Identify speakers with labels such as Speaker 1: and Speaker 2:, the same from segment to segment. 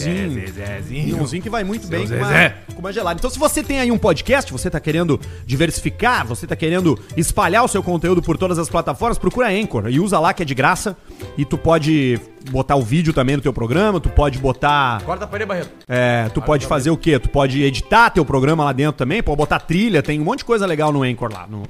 Speaker 1: É,
Speaker 2: Zezinho.
Speaker 3: Zezinho.
Speaker 2: Zezinho que vai muito bem com
Speaker 3: Seu
Speaker 2: uma,
Speaker 3: Zezé.
Speaker 2: com uma gelada. Então, se você tem aí um podcast, você tá querendo diversificar, você tá querendo espalhar o seu conteúdo por todas as plataformas, procura a Anchor e usa lá que é de graça. E tu pode botar o vídeo também no teu programa, tu pode botar.
Speaker 3: Corta a parede, Barreto.
Speaker 2: é, tu pode fazer o quê? Tu pode editar teu programa lá dentro também, pode botar trilha, tem um monte de coisa legal no Anchor lá, no,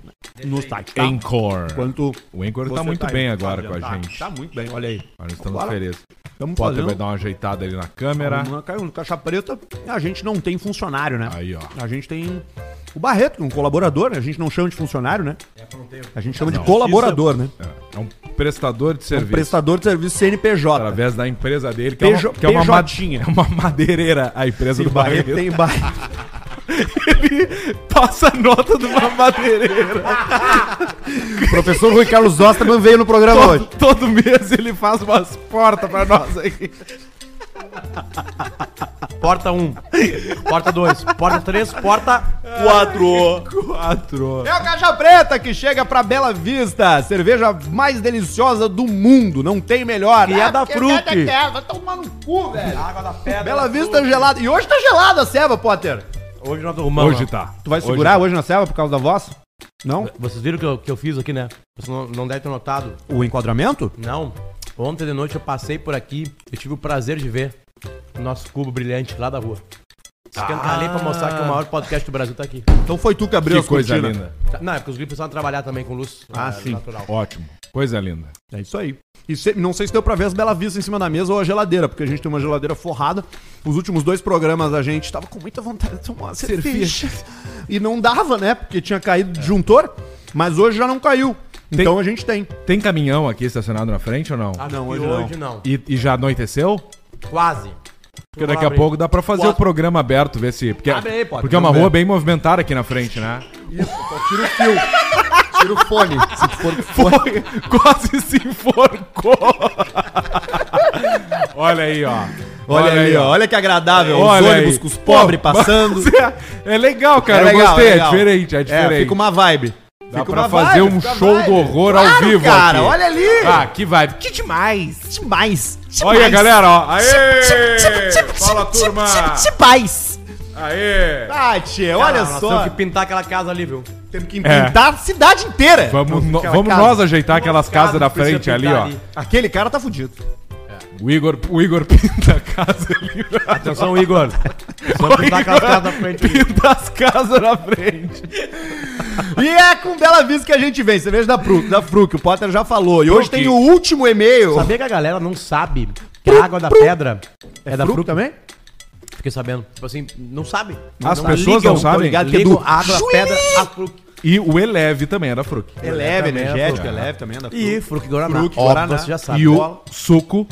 Speaker 2: no site. Tá?
Speaker 1: Encore.
Speaker 2: Enquanto
Speaker 1: O Encore tá
Speaker 2: você
Speaker 1: muito
Speaker 2: aí,
Speaker 1: bem
Speaker 2: tá
Speaker 1: agora com a
Speaker 2: adiantado.
Speaker 1: gente.
Speaker 2: Tá muito bem, olha aí.
Speaker 1: Agora estamos
Speaker 2: Agora-
Speaker 1: felizes.
Speaker 2: Estamos
Speaker 1: O Potter
Speaker 2: fazendo-
Speaker 1: vai dar uma ajeitada ali na câmera.
Speaker 2: Uma caiu no caixa preta. A gente não tem funcionário, né?
Speaker 1: Aí, ó.
Speaker 2: A gente tem o Barreto, que é um colaborador, né? A gente não chama de funcionário, né? A gente chama
Speaker 1: Não.
Speaker 2: de colaborador, né?
Speaker 1: É, É um prestador de serviço.
Speaker 2: É Prestador de serviço CNPJ.
Speaker 1: Através da empresa dele, que, é,
Speaker 2: PJ
Speaker 1: uma, que é, uma ma-
Speaker 2: PJ.
Speaker 1: é uma madeireira a empresa do
Speaker 2: Tem
Speaker 1: Barreto.
Speaker 2: Barreto, tem Barreto.
Speaker 1: Passa a nota de uma madeireira.
Speaker 2: Professor Rui Carlos Osterman veio no programa
Speaker 1: Todo, todo mês ele faz umas portas
Speaker 2: É.
Speaker 1: pra nós aqui.
Speaker 3: Porta 1. Porta 2. Porta 3. Porta 4.
Speaker 1: Quatro.
Speaker 2: É o Caixa Preta que chega pra Bela Vista. Cerveja mais deliciosa do mundo. Não tem melhor.
Speaker 3: E é da
Speaker 2: que
Speaker 3: Fruc.
Speaker 2: merda que é? Vai tomar no cu, velho.
Speaker 3: Água da pedra.
Speaker 2: Bela Vista gelada. E hoje tá gelada a ceva, Potter.
Speaker 3: Hoje nós arrumamos.
Speaker 1: Hoje tá.
Speaker 2: Tu vai
Speaker 1: Hoje
Speaker 2: segurar hoje, na ceva por causa da voz? Não?
Speaker 3: Vocês viram o que eu, que eu fiz aqui, né? Vocês não, não devem ter notado.
Speaker 2: O enquadramento?
Speaker 3: Não. Ontem de noite eu passei por aqui eu tive o prazer de ver o nosso cubo brilhante lá da rua. Escancarei pra mostrar que o maior podcast do Brasil tá aqui.
Speaker 2: Então foi tu que abriu
Speaker 1: Que
Speaker 2: as
Speaker 1: coisa
Speaker 2: cortinas.
Speaker 1: linda.
Speaker 3: Não, é porque os gripes precisavam trabalhar também com luz
Speaker 2: Ah,
Speaker 3: eh,
Speaker 2: sim.
Speaker 3: natural.
Speaker 1: Ótimo. Coisa linda.
Speaker 2: É isso aí. E se- não sei se deu pra ver as Bela Vista em cima da mesa ou a geladeira, porque a gente tem uma geladeira forrada. Os últimos dois programas a gente tava com muita vontade de tomar uma cerveja. E não dava, né? Porque tinha caído o juntor, mas hoje já não caiu. Então a gente tem.
Speaker 1: Tem caminhão aqui estacionado na frente ou não?
Speaker 3: Acho
Speaker 2: Ah, não,
Speaker 3: que
Speaker 2: hoje
Speaker 3: hoje não.
Speaker 1: E, e já anoiteceu?
Speaker 3: Quase.
Speaker 1: Porque daqui a pouco dá pra fazer o programa aberto, ver se. Porque,
Speaker 3: Abre aí, Potter.
Speaker 1: porque é uma
Speaker 2: Vamos
Speaker 1: rua
Speaker 2: ver.
Speaker 1: bem movimentada aqui na frente, né?
Speaker 2: Tira o fio. Tira o fone. Se for
Speaker 1: Foi, quase se enforcou. Olha aí, ó.
Speaker 2: Olha, aí, ó. Olha que agradável.
Speaker 1: Olha
Speaker 2: os
Speaker 1: aí.
Speaker 2: ônibus com os pobres
Speaker 1: Pô,
Speaker 2: passando.
Speaker 1: mas É, é legal, cara. eu gostei. É, diferente, é diferente.
Speaker 2: fica uma vibe.
Speaker 1: Dá
Speaker 2: fica
Speaker 1: pra
Speaker 2: uma
Speaker 1: fazer
Speaker 2: vibe,
Speaker 1: um
Speaker 2: fica
Speaker 1: show
Speaker 2: vibe.
Speaker 1: do horror ao
Speaker 2: Claro,
Speaker 1: vivo
Speaker 2: cara.
Speaker 1: aqui.
Speaker 2: Olha ali.
Speaker 1: Ah, que vibe. Que
Speaker 2: demais. Demais.
Speaker 1: Olha, galera, ó.
Speaker 2: Aê!
Speaker 1: Aê! Fala, turma.
Speaker 2: Demais.
Speaker 1: Aê!
Speaker 2: Ah, tchê, olha só. É.
Speaker 3: Temos que pintar aquela casa ali, viu?
Speaker 2: Temos que pintar a cidade inteira.
Speaker 1: Vamos, no-
Speaker 2: Aquela
Speaker 1: vamos
Speaker 2: casa.
Speaker 1: nós ajeitar aquelas
Speaker 3: Cada
Speaker 1: casas da
Speaker 3: precisa
Speaker 1: frente ali,
Speaker 3: pintar
Speaker 1: ó.
Speaker 2: Aquele cara tá fudido.
Speaker 1: O Igor, o Igor pinta a casa ali.
Speaker 3: Atenção, Igor. Só pintar aquela casa da frente ali.
Speaker 1: Pinta as casas na frente.
Speaker 2: E é com Bela Vista que a gente vem. Cerveja da Fruc, da Fruc, o Potter já falou. E hoje
Speaker 1: Fruc.
Speaker 2: tem o último e-mail.
Speaker 3: Sabia que a galera não sabe que a água da pedra é, da
Speaker 2: Fruc
Speaker 3: fruta?
Speaker 2: também?
Speaker 3: Fiquei sabendo. Tipo assim, não sabe.
Speaker 1: As
Speaker 3: não
Speaker 1: pessoas
Speaker 3: ligam,
Speaker 1: não sabem?
Speaker 3: tá ligado?
Speaker 2: Ligam
Speaker 3: Ligam a água da pedra a fruta.
Speaker 1: E o Eleve também era fruque.
Speaker 2: É leve,
Speaker 3: também,
Speaker 2: energético,
Speaker 3: Fruc.
Speaker 2: é leve também. é da Fruc.
Speaker 3: E fruta guaraná.
Speaker 2: Fruc,
Speaker 3: Óbvio,
Speaker 2: guaraná.
Speaker 3: você já sabe.
Speaker 1: E o suco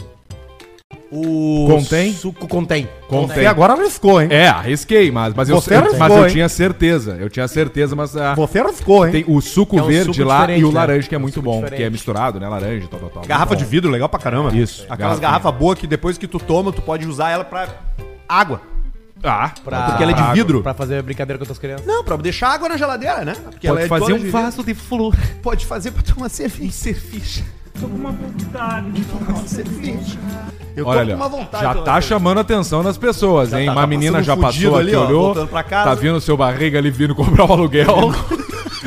Speaker 3: O
Speaker 1: Contém?
Speaker 3: suco contém.
Speaker 2: Você agora arriscou, hein?
Speaker 1: É, arrisquei, mas, mas, eu,
Speaker 2: Você
Speaker 1: eu-
Speaker 2: arriscou,
Speaker 1: mas eu
Speaker 2: hein?
Speaker 1: tinha certeza. Eu tinha certeza, mas ah,
Speaker 2: Você arriscou, hein?
Speaker 1: tem o suco
Speaker 3: É um
Speaker 1: verde
Speaker 3: suco
Speaker 1: lá e o
Speaker 3: diferente, né?
Speaker 1: laranja, que é
Speaker 3: É um
Speaker 1: muito
Speaker 3: suco
Speaker 1: bom. Que é
Speaker 3: diferente.
Speaker 1: misturado, né? Laranja, tal, tal, tal.
Speaker 2: Garrafa
Speaker 1: Muito
Speaker 2: de vidro, legal pra caramba.
Speaker 1: Isso,
Speaker 2: Aquelas
Speaker 1: garrafinha.
Speaker 2: garrafas boas que depois que tu toma, tu pode usar ela pra água.
Speaker 1: bom. Ah,
Speaker 3: Pra-
Speaker 2: Porque ela é de
Speaker 3: pra-
Speaker 2: vidro.
Speaker 3: Pra fazer brincadeira com outras crianças.
Speaker 2: Não, pra deixar água na geladeira, né? Porque
Speaker 1: Pode fazer
Speaker 2: toda
Speaker 1: um
Speaker 2: de
Speaker 1: vaso de flor.
Speaker 2: vidro. Pode fazer pra tomar cerveja.
Speaker 1: Cerveja.
Speaker 2: cerveja. Eu
Speaker 1: Olha ali, ó. já
Speaker 2: pela
Speaker 1: tá
Speaker 2: cerveja.
Speaker 1: chamando a atenção das pessoas, hein?
Speaker 2: né, tá,
Speaker 1: Uma
Speaker 2: tá
Speaker 1: menina
Speaker 2: passando
Speaker 1: já
Speaker 2: um fudido
Speaker 1: passou ali,
Speaker 2: ali, ó,
Speaker 1: olhou,
Speaker 2: voltando pra casa.
Speaker 1: tá vendo seu barriga ali vindo comprar o aluguel.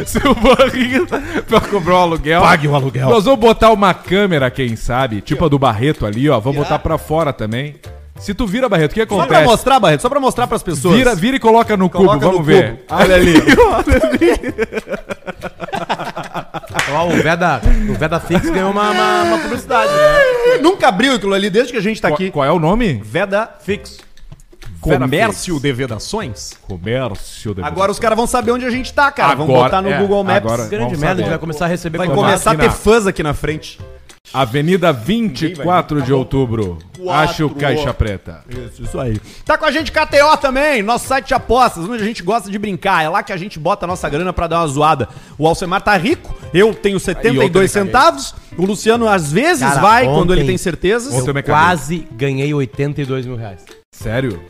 Speaker 1: seu barriga tá- pra comprar o aluguel.
Speaker 2: Pague o aluguel.
Speaker 1: Nós vamos botar uma câmera, quem sabe, tipo a do Barreto ali, ó. Vamos botar pra fora também. Se tu vira, Barreto, o que
Speaker 2: Só pra
Speaker 1: acontece?
Speaker 2: mostrar, Barreto, só pra mostrar pras pessoas.
Speaker 1: Vira, vira e coloca no
Speaker 2: Coloca
Speaker 1: cubo,
Speaker 2: no
Speaker 1: vamos ver.
Speaker 2: cubo. Olha ali.
Speaker 3: Ó, o Veda, o Veda Fix ganhou uma, uma, uma publicidade, né?
Speaker 2: Nunca abriu aquilo ali desde que a gente tá
Speaker 1: Qual-
Speaker 2: aqui.
Speaker 1: Qual é o nome?
Speaker 2: Veda
Speaker 3: Fix.
Speaker 2: Comércio de Vedações.
Speaker 1: Comércio. de-
Speaker 2: Agora os caras vão saber onde a gente tá, cara. vão
Speaker 1: Agora,
Speaker 2: botar no
Speaker 1: é,
Speaker 2: Google Maps.
Speaker 1: agora-
Speaker 3: Grande
Speaker 1: Vamos
Speaker 3: merda, a
Speaker 1: saber.
Speaker 3: gente vai começar a receber
Speaker 2: Vai
Speaker 3: contato.
Speaker 2: começar a ter
Speaker 1: assinar.
Speaker 2: fãs aqui na frente.
Speaker 1: Avenida 24 de outubro. Acho Caixa Preta.
Speaker 2: Isso, isso aí. Tá com a gente KTO também, nosso site de apostas, onde a gente gosta de brincar. É lá que a gente bota a nossa grana pra dar uma zoada. O Alcemar tá rico, eu tenho 72
Speaker 1: Aí, ontem
Speaker 2: centavos. O Luciano às vezes
Speaker 3: Cara,
Speaker 2: vai quando
Speaker 3: ontem-
Speaker 2: ele tem certezas.
Speaker 1: Ontem-
Speaker 3: Eu
Speaker 1: Seu mercado.
Speaker 3: quase ganhei 82 mil reais.
Speaker 1: Sério?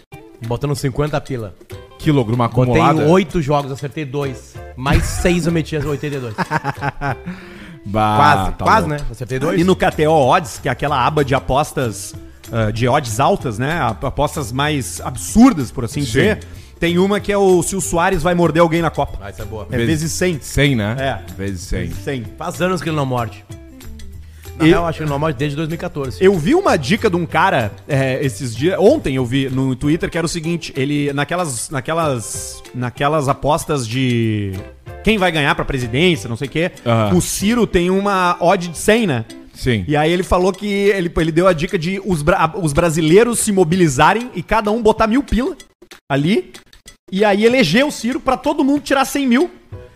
Speaker 3: Botando 50 pila.
Speaker 1: Quilograma
Speaker 3: Botei
Speaker 1: acumulada.
Speaker 3: oito jogos, acertei dois. Mais seis eu meti as 82.
Speaker 1: Bah,
Speaker 3: quase,
Speaker 1: tá
Speaker 3: quase,
Speaker 1: louco.
Speaker 3: né? Acertei dois.
Speaker 2: E no KTO Odds, que é aquela aba de apostas ah, de odds altas, né? a- Apostas mais absurdas, por assim dizer. Tem uma que é o se o Soares vai morder alguém na Copa.
Speaker 3: Vai, essa é boa.
Speaker 2: É vezes 100.
Speaker 1: 100, né?
Speaker 2: É.
Speaker 1: Vezes 100.
Speaker 2: 100.
Speaker 3: Faz anos que ele não morde. Na
Speaker 2: E-
Speaker 3: real, eu acho que ele não morde desde 2014.
Speaker 2: Eu vi uma dica de um cara é, esses dias. Ontem eu vi no Twitter que era o seguinte: ele, naquelas, naquelas, naquelas apostas de quem vai ganhar pra presidência, não sei o quê,
Speaker 1: Aham.
Speaker 2: o Ciro tem uma odd de 100, né?
Speaker 1: Sim.
Speaker 2: E aí ele falou que ele, ele deu a dica de os, bra- os brasileiros se mobilizarem e cada um botar mil pila ali. E aí eleger o Ciro pra todo mundo tirar 100 mil.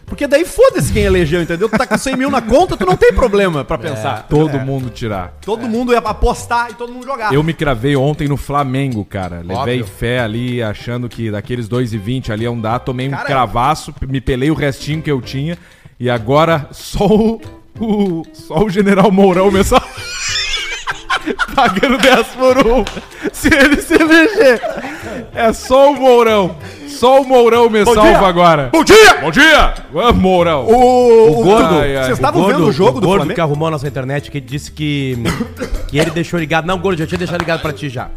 Speaker 2: Porque daí foda-se quem elegeu, entendeu? Tu tá com 100 mil na conta, tu não tem problema pra pensar.
Speaker 1: Todo mundo tirar.
Speaker 2: Todo mundo ia apostar e todo mundo jogar.
Speaker 1: Eu me cravei ontem no Flamengo, cara. Levei
Speaker 3: Óbvio.
Speaker 1: fé ali, achando que daqueles 2,20 ali iam dar. Tomei um
Speaker 2: Cara,
Speaker 1: cravaço, me pelei o restinho que eu tinha. E agora só o, o- só o General Mourão mesmo. Pagando 10 por 1. Se ele se mexer. É só o Mourão. Só o Mourão me salva
Speaker 2: dia.
Speaker 1: agora.
Speaker 2: Bom dia!
Speaker 1: Bom dia! Ô, Mourão.
Speaker 2: O,
Speaker 1: gordo.
Speaker 2: o, Gordo,
Speaker 1: Ai, ai.
Speaker 2: vocês
Speaker 1: O
Speaker 2: estavam vendo o jogo
Speaker 3: o
Speaker 2: do
Speaker 3: gordo
Speaker 2: Flamengo?
Speaker 3: que arrumou a nossa internet, que disse que, que ele deixou ligado. Não, Gordo, já tinha deixado ligado pra ti já.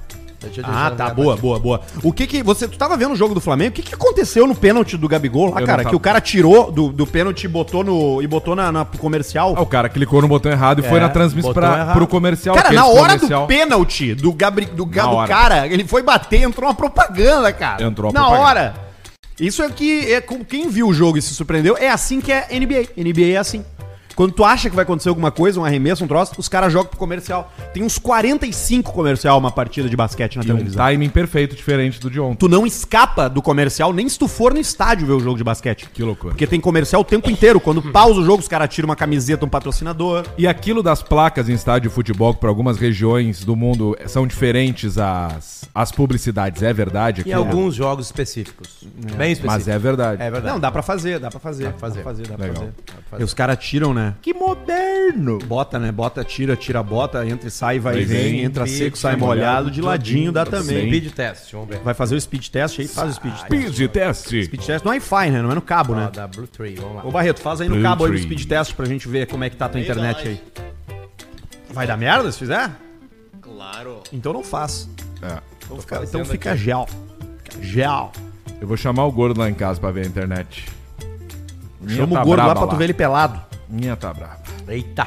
Speaker 3: Já tinha
Speaker 2: Ah,
Speaker 3: deixado
Speaker 2: tá,
Speaker 3: ligado
Speaker 2: boa, boa, boa. O que que você... Tu tava vendo o jogo do Flamengo? O que que aconteceu no pênalti do Gabigol lá,
Speaker 1: Eu não
Speaker 2: cara? Que
Speaker 1: tava.
Speaker 2: o cara tirou do, do pênalti e botou no... E botou na, na comercial.
Speaker 1: Ah, o cara clicou no botão errado e foi na transmissão
Speaker 3: botão
Speaker 1: pra-
Speaker 3: errado.
Speaker 1: pro comercial.
Speaker 2: É, Cara,
Speaker 1: aquele
Speaker 2: na hora
Speaker 1: é comercial.
Speaker 2: do pênalti do, Gabri, do, ga-
Speaker 1: Na
Speaker 2: do
Speaker 1: hora.
Speaker 2: cara, ele foi bater, entrou uma propaganda, cara.
Speaker 1: Entrou uma
Speaker 2: Na
Speaker 1: propaganda.
Speaker 2: hora. Isso aqui, é, com quem viu o jogo e se surpreendeu, é assim que é NBA. NBA é assim. Quando tu acha que vai acontecer alguma coisa, um arremesso, um troço, os caras jogam pro comercial. Tem uns 45 comercial uma partida de basquete na
Speaker 1: E um
Speaker 2: televisão.
Speaker 1: timing perfeito, diferente do de ontem.
Speaker 2: Tu não escapa do comercial nem se tu for no estádio ver o jogo de basquete.
Speaker 1: Que loucura.
Speaker 2: Porque tem comercial o tempo inteiro. Quando pausa o jogo, os caras tiram uma camiseta, um patrocinador.
Speaker 1: E aquilo das placas em estádio de futebol, que para algumas regiões do mundo são diferentes às, às publicidades, é verdade?
Speaker 3: Em
Speaker 1: aquilo?
Speaker 3: alguns jogos específicos. Bem específicos.
Speaker 1: Mas é verdade.
Speaker 3: É verdade.
Speaker 2: Não, dá pra fazer, dá pra fazer. Dá pra fazer, dá pra
Speaker 1: Legal.
Speaker 2: fazer. E os caras tiram, né?
Speaker 1: Que moderno!
Speaker 2: Bota, né? Bota, tira, tira, bota, entra e sai, vai
Speaker 1: Vai,
Speaker 2: e vem,
Speaker 1: vem,
Speaker 2: entra
Speaker 3: vem,
Speaker 2: seco, sai
Speaker 3: vem,
Speaker 2: molhado, de ladinho dá também.
Speaker 1: Sim.
Speaker 3: Speed test, vamos ver.
Speaker 2: Vai fazer o speed test aí, faz o speed test.
Speaker 1: Speed test!
Speaker 2: Speed test no Wi-Fi, né? Não é no cabo,
Speaker 3: Ah,
Speaker 2: né?
Speaker 3: da Blue Tree, vamos lá.
Speaker 2: Ô Barreto, faz aí no
Speaker 1: Blue
Speaker 2: cabo aí o
Speaker 1: Tree.
Speaker 2: speed test pra gente ver como é que tá a tua internet aí. Vai dar merda se fizer?
Speaker 4: Claro.
Speaker 2: Então não faz.
Speaker 1: É.
Speaker 2: Então fica, então fica gel. Fica gel.
Speaker 1: Eu vou chamar o gordo lá em casa pra ver a internet. Minha
Speaker 2: Chama
Speaker 1: tá
Speaker 2: o gordo lá
Speaker 1: braba
Speaker 2: pra tu ver ele pelado.
Speaker 1: Minha tá brava.
Speaker 3: Eita.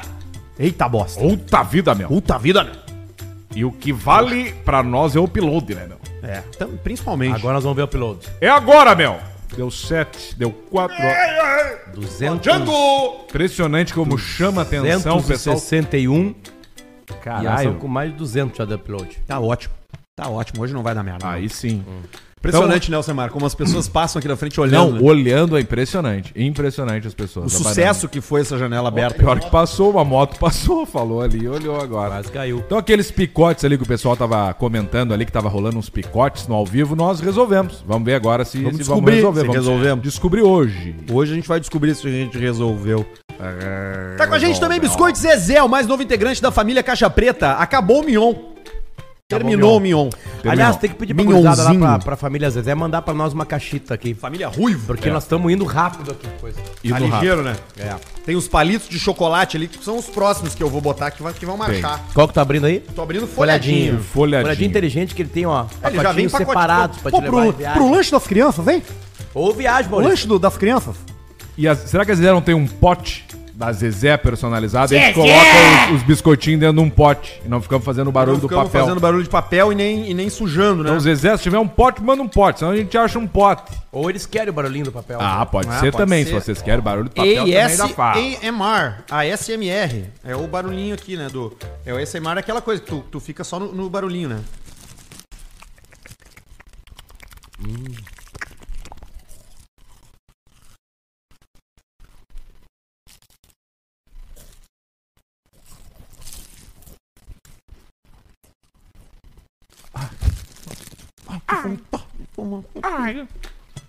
Speaker 2: Eita bosta.
Speaker 1: Puta vida, meu!
Speaker 2: Puta vida, né?
Speaker 1: E o que vale pra nós é o upload, né, meu?
Speaker 2: É, então, principalmente.
Speaker 3: Agora nós vamos ver o upload.
Speaker 1: É agora, meu! Deu 7, deu 4.
Speaker 3: 200...
Speaker 1: Impressionante como chama a atenção, pessoal.
Speaker 3: 261 e nós um, estamos
Speaker 1: Caralho.
Speaker 3: com mais de 200 já de upload.
Speaker 2: Tá ótimo. Tá ótimo, hoje não vai dar merda.
Speaker 1: Aí sim.
Speaker 2: Hum.
Speaker 3: Então-
Speaker 2: Impressionante, né, Alcemar? Como as pessoas passam aqui na frente
Speaker 1: Não,
Speaker 2: olhando. né?
Speaker 1: olhando é impressionante. Impressionante as pessoas. Tá
Speaker 2: O sucesso é que foi essa janela aberta.
Speaker 1: Pior que passou, uma moto passou, falou ali, olhou agora.
Speaker 3: Quase caiu.
Speaker 1: Então aqueles picotes ali que o pessoal tava comentando ali, que tava rolando uns picotes no ao vivo, nós resolvemos. Vamos ver agora se,
Speaker 2: Vamos
Speaker 1: se
Speaker 2: descobrir se
Speaker 1: vamos
Speaker 2: resolvemos.
Speaker 1: descobrir hoje.
Speaker 2: Hoje a gente vai descobrir se a gente resolveu.
Speaker 3: É,
Speaker 2: Tá com a gente também Biscoito Zezé, o mais novo integrante da família Caixa Preta. Acabou o Mion. Terminou o Mion.
Speaker 3: Aliás, tem que pedir pra gurizada lá
Speaker 2: Minhãozinho.
Speaker 3: pra, pra família Zezé mandar pra nós uma caixita aqui.
Speaker 2: Família Ruivo. É.
Speaker 3: Porque nós estamos indo rápido aqui. Coisa.
Speaker 1: E
Speaker 2: Tá
Speaker 1: do rato.
Speaker 2: ligeiro, né? Tem os palitos de chocolate ali, que são os próximos que eu vou botar, que, vai- que vão marchar.
Speaker 3: Qual que tá abrindo aí?
Speaker 2: Tô abrindo
Speaker 3: Folhadinho.
Speaker 2: folhadinho.
Speaker 1: Folhadinho.
Speaker 3: inteligente que ele tem, ó.
Speaker 2: Ele já vem
Speaker 3: Pacotinhos separados pra te
Speaker 2: Pô,
Speaker 3: levar em
Speaker 2: pro,
Speaker 3: viagem.
Speaker 2: pro lanche das crianças, vem.
Speaker 3: Ou viagem,
Speaker 2: O
Speaker 3: Maurício.
Speaker 2: lanche do- das crianças.
Speaker 1: E as- será que a Zezé não tem um pote da Zezé personalizado? Eles colocam os, os biscoitinhos dentro de um pote e não ficamos fazendo barulho
Speaker 2: Não
Speaker 1: do
Speaker 2: ficamos
Speaker 1: papel.
Speaker 2: fazendo barulho de papel e nem, e nem sujando, né?
Speaker 1: Então, Zezé, se tiver um pote, manda um pote, senão a gente acha um pote.
Speaker 3: Ou eles querem o barulhinho do papel.
Speaker 1: Ah, pode
Speaker 2: Ah,
Speaker 1: ser
Speaker 2: pode
Speaker 1: também,
Speaker 2: ser.
Speaker 1: se vocês querem barulho de papel também
Speaker 2: É
Speaker 1: dá fala.
Speaker 2: ASMR, a SMR, é o barulhinho aqui, né, do... É o ASMR, é aquela coisa que tu, tu fica só no, no barulhinho, né?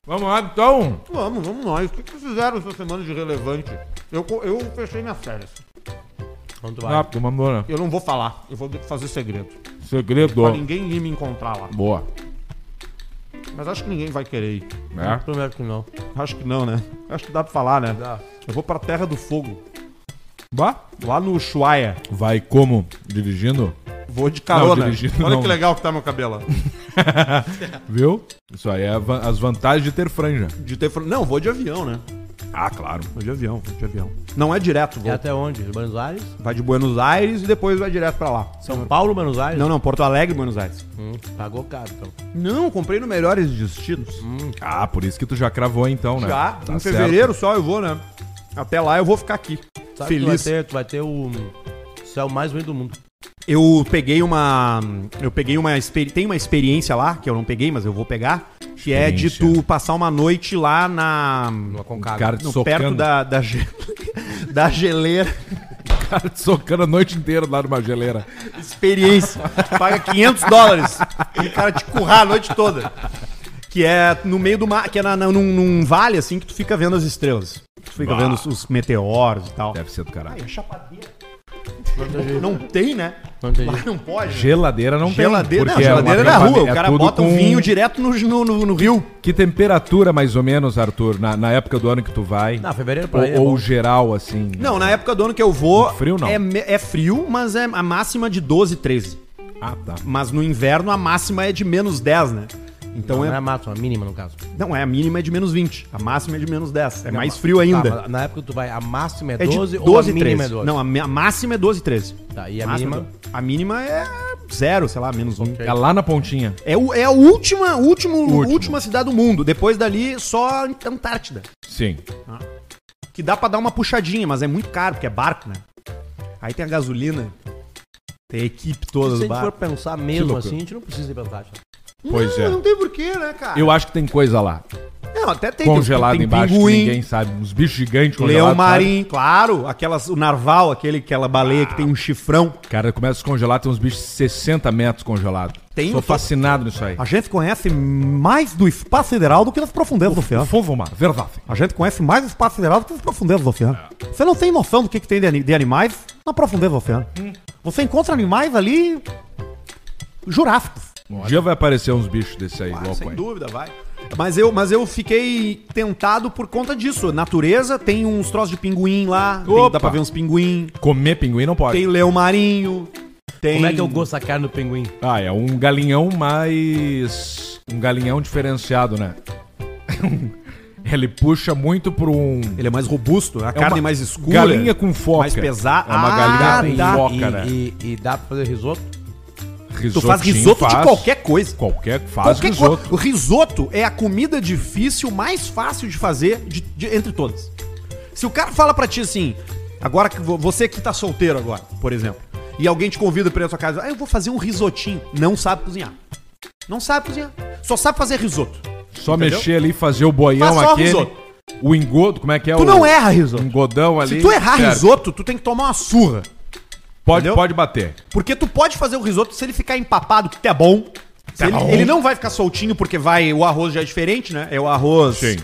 Speaker 1: Vamos lá, então.
Speaker 2: Vamos, vamos nós. O que que fizeram essa semana de relevante? Eu, co- eu fechei minhas férias.
Speaker 3: Quanto vai?
Speaker 2: Ah.
Speaker 1: Rápido, mamona.
Speaker 2: Eu não vou falar, eu vou fazer segredo.
Speaker 1: Segredo.
Speaker 2: Pra ninguém ir me encontrar lá.
Speaker 1: Boa.
Speaker 2: Mas acho que ninguém vai querer ir.
Speaker 1: Né?
Speaker 3: Primeiro que não.
Speaker 2: Acho que não, né? Acho que dá pra falar, né?
Speaker 3: Dá.
Speaker 2: Eu vou pra Terra do Fogo,
Speaker 1: Bah.
Speaker 2: lá no Ushuaia.
Speaker 1: Vai como? Dirigindo?
Speaker 2: Vou de carona.
Speaker 1: Não, dirigindo,
Speaker 2: Olha
Speaker 1: não.
Speaker 2: que legal que tá meu cabelo.
Speaker 1: Viu? Isso aí é a va- as vantagens de ter franja.
Speaker 2: De ter... fal- Não, vou de avião, né?
Speaker 1: Ah, claro.
Speaker 2: Vou de avião, vou de avião. Não é direto,
Speaker 3: E
Speaker 2: vou.
Speaker 3: até onde? Buenos Aires?
Speaker 2: Vai de Buenos Aires e depois vai direto pra lá.
Speaker 3: São Paulo, Buenos Aires?
Speaker 2: Não, não, Porto Alegre, Buenos Aires.
Speaker 3: Hum, pagou caro, então.
Speaker 2: Não, comprei no Melhores Destinos.
Speaker 1: Ah, por isso que tu já cravou então, né?
Speaker 2: Já,
Speaker 1: Tá
Speaker 2: em
Speaker 1: certo.
Speaker 2: fevereiro só eu vou, né? Até lá eu vou ficar aqui.
Speaker 3: Sabe
Speaker 2: feliz.
Speaker 3: que Tu vai ter, tu vai ter o céu mais bonito do mundo.
Speaker 2: Eu peguei uma. Eu peguei uma. experi- Tem uma experiência lá, que eu não peguei, mas eu vou pegar. Que é de
Speaker 1: Experiência.
Speaker 2: tu passar uma noite lá na.
Speaker 3: No Aconcagua.
Speaker 1: Cara te
Speaker 2: no-
Speaker 1: socando.
Speaker 2: perto da, da, ge- da geleira.
Speaker 1: Cara te socando a noite inteira lá numa geleira.
Speaker 2: Experiência. Tu paga 500 dólares. E o cara te currar a noite toda. Que é no meio do mar. Que é na, na- num, num vale assim que tu fica vendo as estrelas. Tu fica
Speaker 1: Bah.
Speaker 2: vendo os, os meteoros e tal.
Speaker 1: Deve ser do caralho.
Speaker 2: é chapadeira. Não tem, né?
Speaker 3: Não tem
Speaker 2: Lá
Speaker 3: jeito.
Speaker 2: não pode. né?
Speaker 1: Geladeira não
Speaker 2: Geladeira,
Speaker 1: tem.
Speaker 2: não, geladeira
Speaker 1: é
Speaker 2: na
Speaker 1: uma-
Speaker 2: rua.
Speaker 1: é
Speaker 2: o cara
Speaker 1: tudo
Speaker 2: bota o
Speaker 1: com-
Speaker 2: vinho direto no, no, no- no rio.
Speaker 1: Que temperatura, mais ou menos, Arthur, na, na época do ano que tu vai?
Speaker 3: Não, fevereiro pra aí é
Speaker 1: ou, ou
Speaker 3: bom.
Speaker 1: geral, assim?
Speaker 2: Não, na época do ano que eu vou.
Speaker 1: Frio, não.
Speaker 2: É, me- é frio, mas é a máxima de 12, 13.
Speaker 1: Ah, tá.
Speaker 2: Mas no inverno a máxima é de menos 10, né? Então
Speaker 3: Não
Speaker 2: é.
Speaker 3: é máxima, é mínima, no caso.
Speaker 2: Não, é a mínima é de menos 20. A máxima é de menos 10. É
Speaker 3: Não,
Speaker 2: mais
Speaker 3: mas-
Speaker 2: frio
Speaker 3: tá,
Speaker 2: ainda.
Speaker 3: mas na época que tu vai, a máxima é
Speaker 2: é de
Speaker 3: 12,
Speaker 2: 12,
Speaker 3: ou a mínima
Speaker 2: 13.
Speaker 3: é 12?
Speaker 2: Não, a, mi- a máxima é 12, 13.
Speaker 3: Tá, e a
Speaker 2: Máxima
Speaker 3: mínima?
Speaker 2: é do- A mínima é zero, sei lá, menos um.
Speaker 1: É lá na pontinha.
Speaker 2: É, o- é a última, último,
Speaker 1: Último.
Speaker 2: última cidade do mundo. Depois dali, só a Antártida.
Speaker 1: Sim.
Speaker 2: Que dá pra dar uma puxadinha, mas é muito caro, porque é barco, né? Aí tem a gasolina. Tem a equipe toda
Speaker 3: se a
Speaker 2: do
Speaker 3: gente for
Speaker 2: barco.
Speaker 3: pensar
Speaker 1: Que
Speaker 3: mesmo
Speaker 1: loucura.
Speaker 3: assim, a gente não precisa ir pra Antártida.
Speaker 1: Pois é.
Speaker 2: Não tem porquê, né, cara?
Speaker 1: Eu acho que tem coisa lá.
Speaker 2: Não, até tem.
Speaker 1: Congelado
Speaker 2: tem, tem
Speaker 1: embaixo, que
Speaker 2: pinguim,
Speaker 1: ninguém sabe. Uns bichos gigantes congelados.
Speaker 2: Leão
Speaker 3: tá-
Speaker 1: sabe?
Speaker 2: marinho, claro. Aquelas, o narval, aquele, aquela baleia que tem um chifrão.
Speaker 1: Cara, começa a descongelar, tem uns bichos de 60 metros congelados.
Speaker 2: Tem,
Speaker 1: Sou
Speaker 2: tô-
Speaker 1: fascinado nisso aí.
Speaker 2: A gente conhece mais do espaço sideral do que das profundezas do oceano.
Speaker 1: Fofo, mano. Verdade.
Speaker 2: A gente conhece mais o espaço sideral do que as profundezas do oceano.
Speaker 3: É.
Speaker 2: Você não tem noção do que, que tem de, ani- de animais na profundeza do oceano.
Speaker 3: Hum.
Speaker 2: Você encontra animais ali. jurássicos.
Speaker 1: Um dia vai aparecer uns bichos desse
Speaker 3: Ah,
Speaker 1: aí, louco aí.
Speaker 2: dúvida, vai. Mas eu, mas eu fiquei tentado por conta disso. Natureza, tem uns troços de pinguim lá. Tem,
Speaker 1: Opa!
Speaker 2: dá pra ver uns pinguim.
Speaker 1: Comer pinguim não pode.
Speaker 2: Tem leão marinho. Tem...
Speaker 3: Como é que eu gosto da carne do pinguim?
Speaker 1: Ah, é um galinhão mais. Um galinhão diferenciado, né? Ele puxa muito pra um.
Speaker 2: Ele é mais robusto, a carne
Speaker 1: uma
Speaker 2: é mais escura.
Speaker 1: galinha com foca.
Speaker 2: Mais pesada.
Speaker 1: É uma galinha com
Speaker 2: tá.
Speaker 1: foca.
Speaker 3: e,
Speaker 1: né?
Speaker 3: e- e dá pra fazer risoto?
Speaker 2: Tu faz
Speaker 1: Risotinho
Speaker 2: risoto de
Speaker 1: faz.
Speaker 2: qualquer coisa.
Speaker 1: Qualquer. Faz
Speaker 2: Qualquer
Speaker 1: risoto.
Speaker 2: co- O risoto é a comida difícil mais fácil de fazer de- de- entre todas. Se o cara fala pra ti assim, agora que vo- você que tá solteiro agora, por exemplo, e alguém te convida pra ir na sua casa, ah, eu vou fazer um risotinho, não sabe cozinhar. Não sabe cozinhar. Só sabe fazer risoto.
Speaker 1: Só
Speaker 2: Entendeu?
Speaker 1: mexer ali, fazer o boião
Speaker 2: Faz só
Speaker 1: aquele.
Speaker 2: risoto.
Speaker 1: O engodo, como é que é
Speaker 2: Tu
Speaker 1: o.
Speaker 2: não erra
Speaker 1: o
Speaker 2: risoto.
Speaker 1: Engodão ali.
Speaker 2: Se tu errar
Speaker 1: Cara,
Speaker 2: risoto, tu tem que tomar uma surra.
Speaker 1: Pode,
Speaker 2: entendeu?
Speaker 1: pode bater.
Speaker 2: Porque tu pode fazer o risoto se ele ficar empapado, que é bom. Se
Speaker 1: Tá
Speaker 2: ele,
Speaker 1: bom.
Speaker 2: ele não vai ficar soltinho porque vai o arroz já é diferente, né? É o arroz.
Speaker 1: Sim.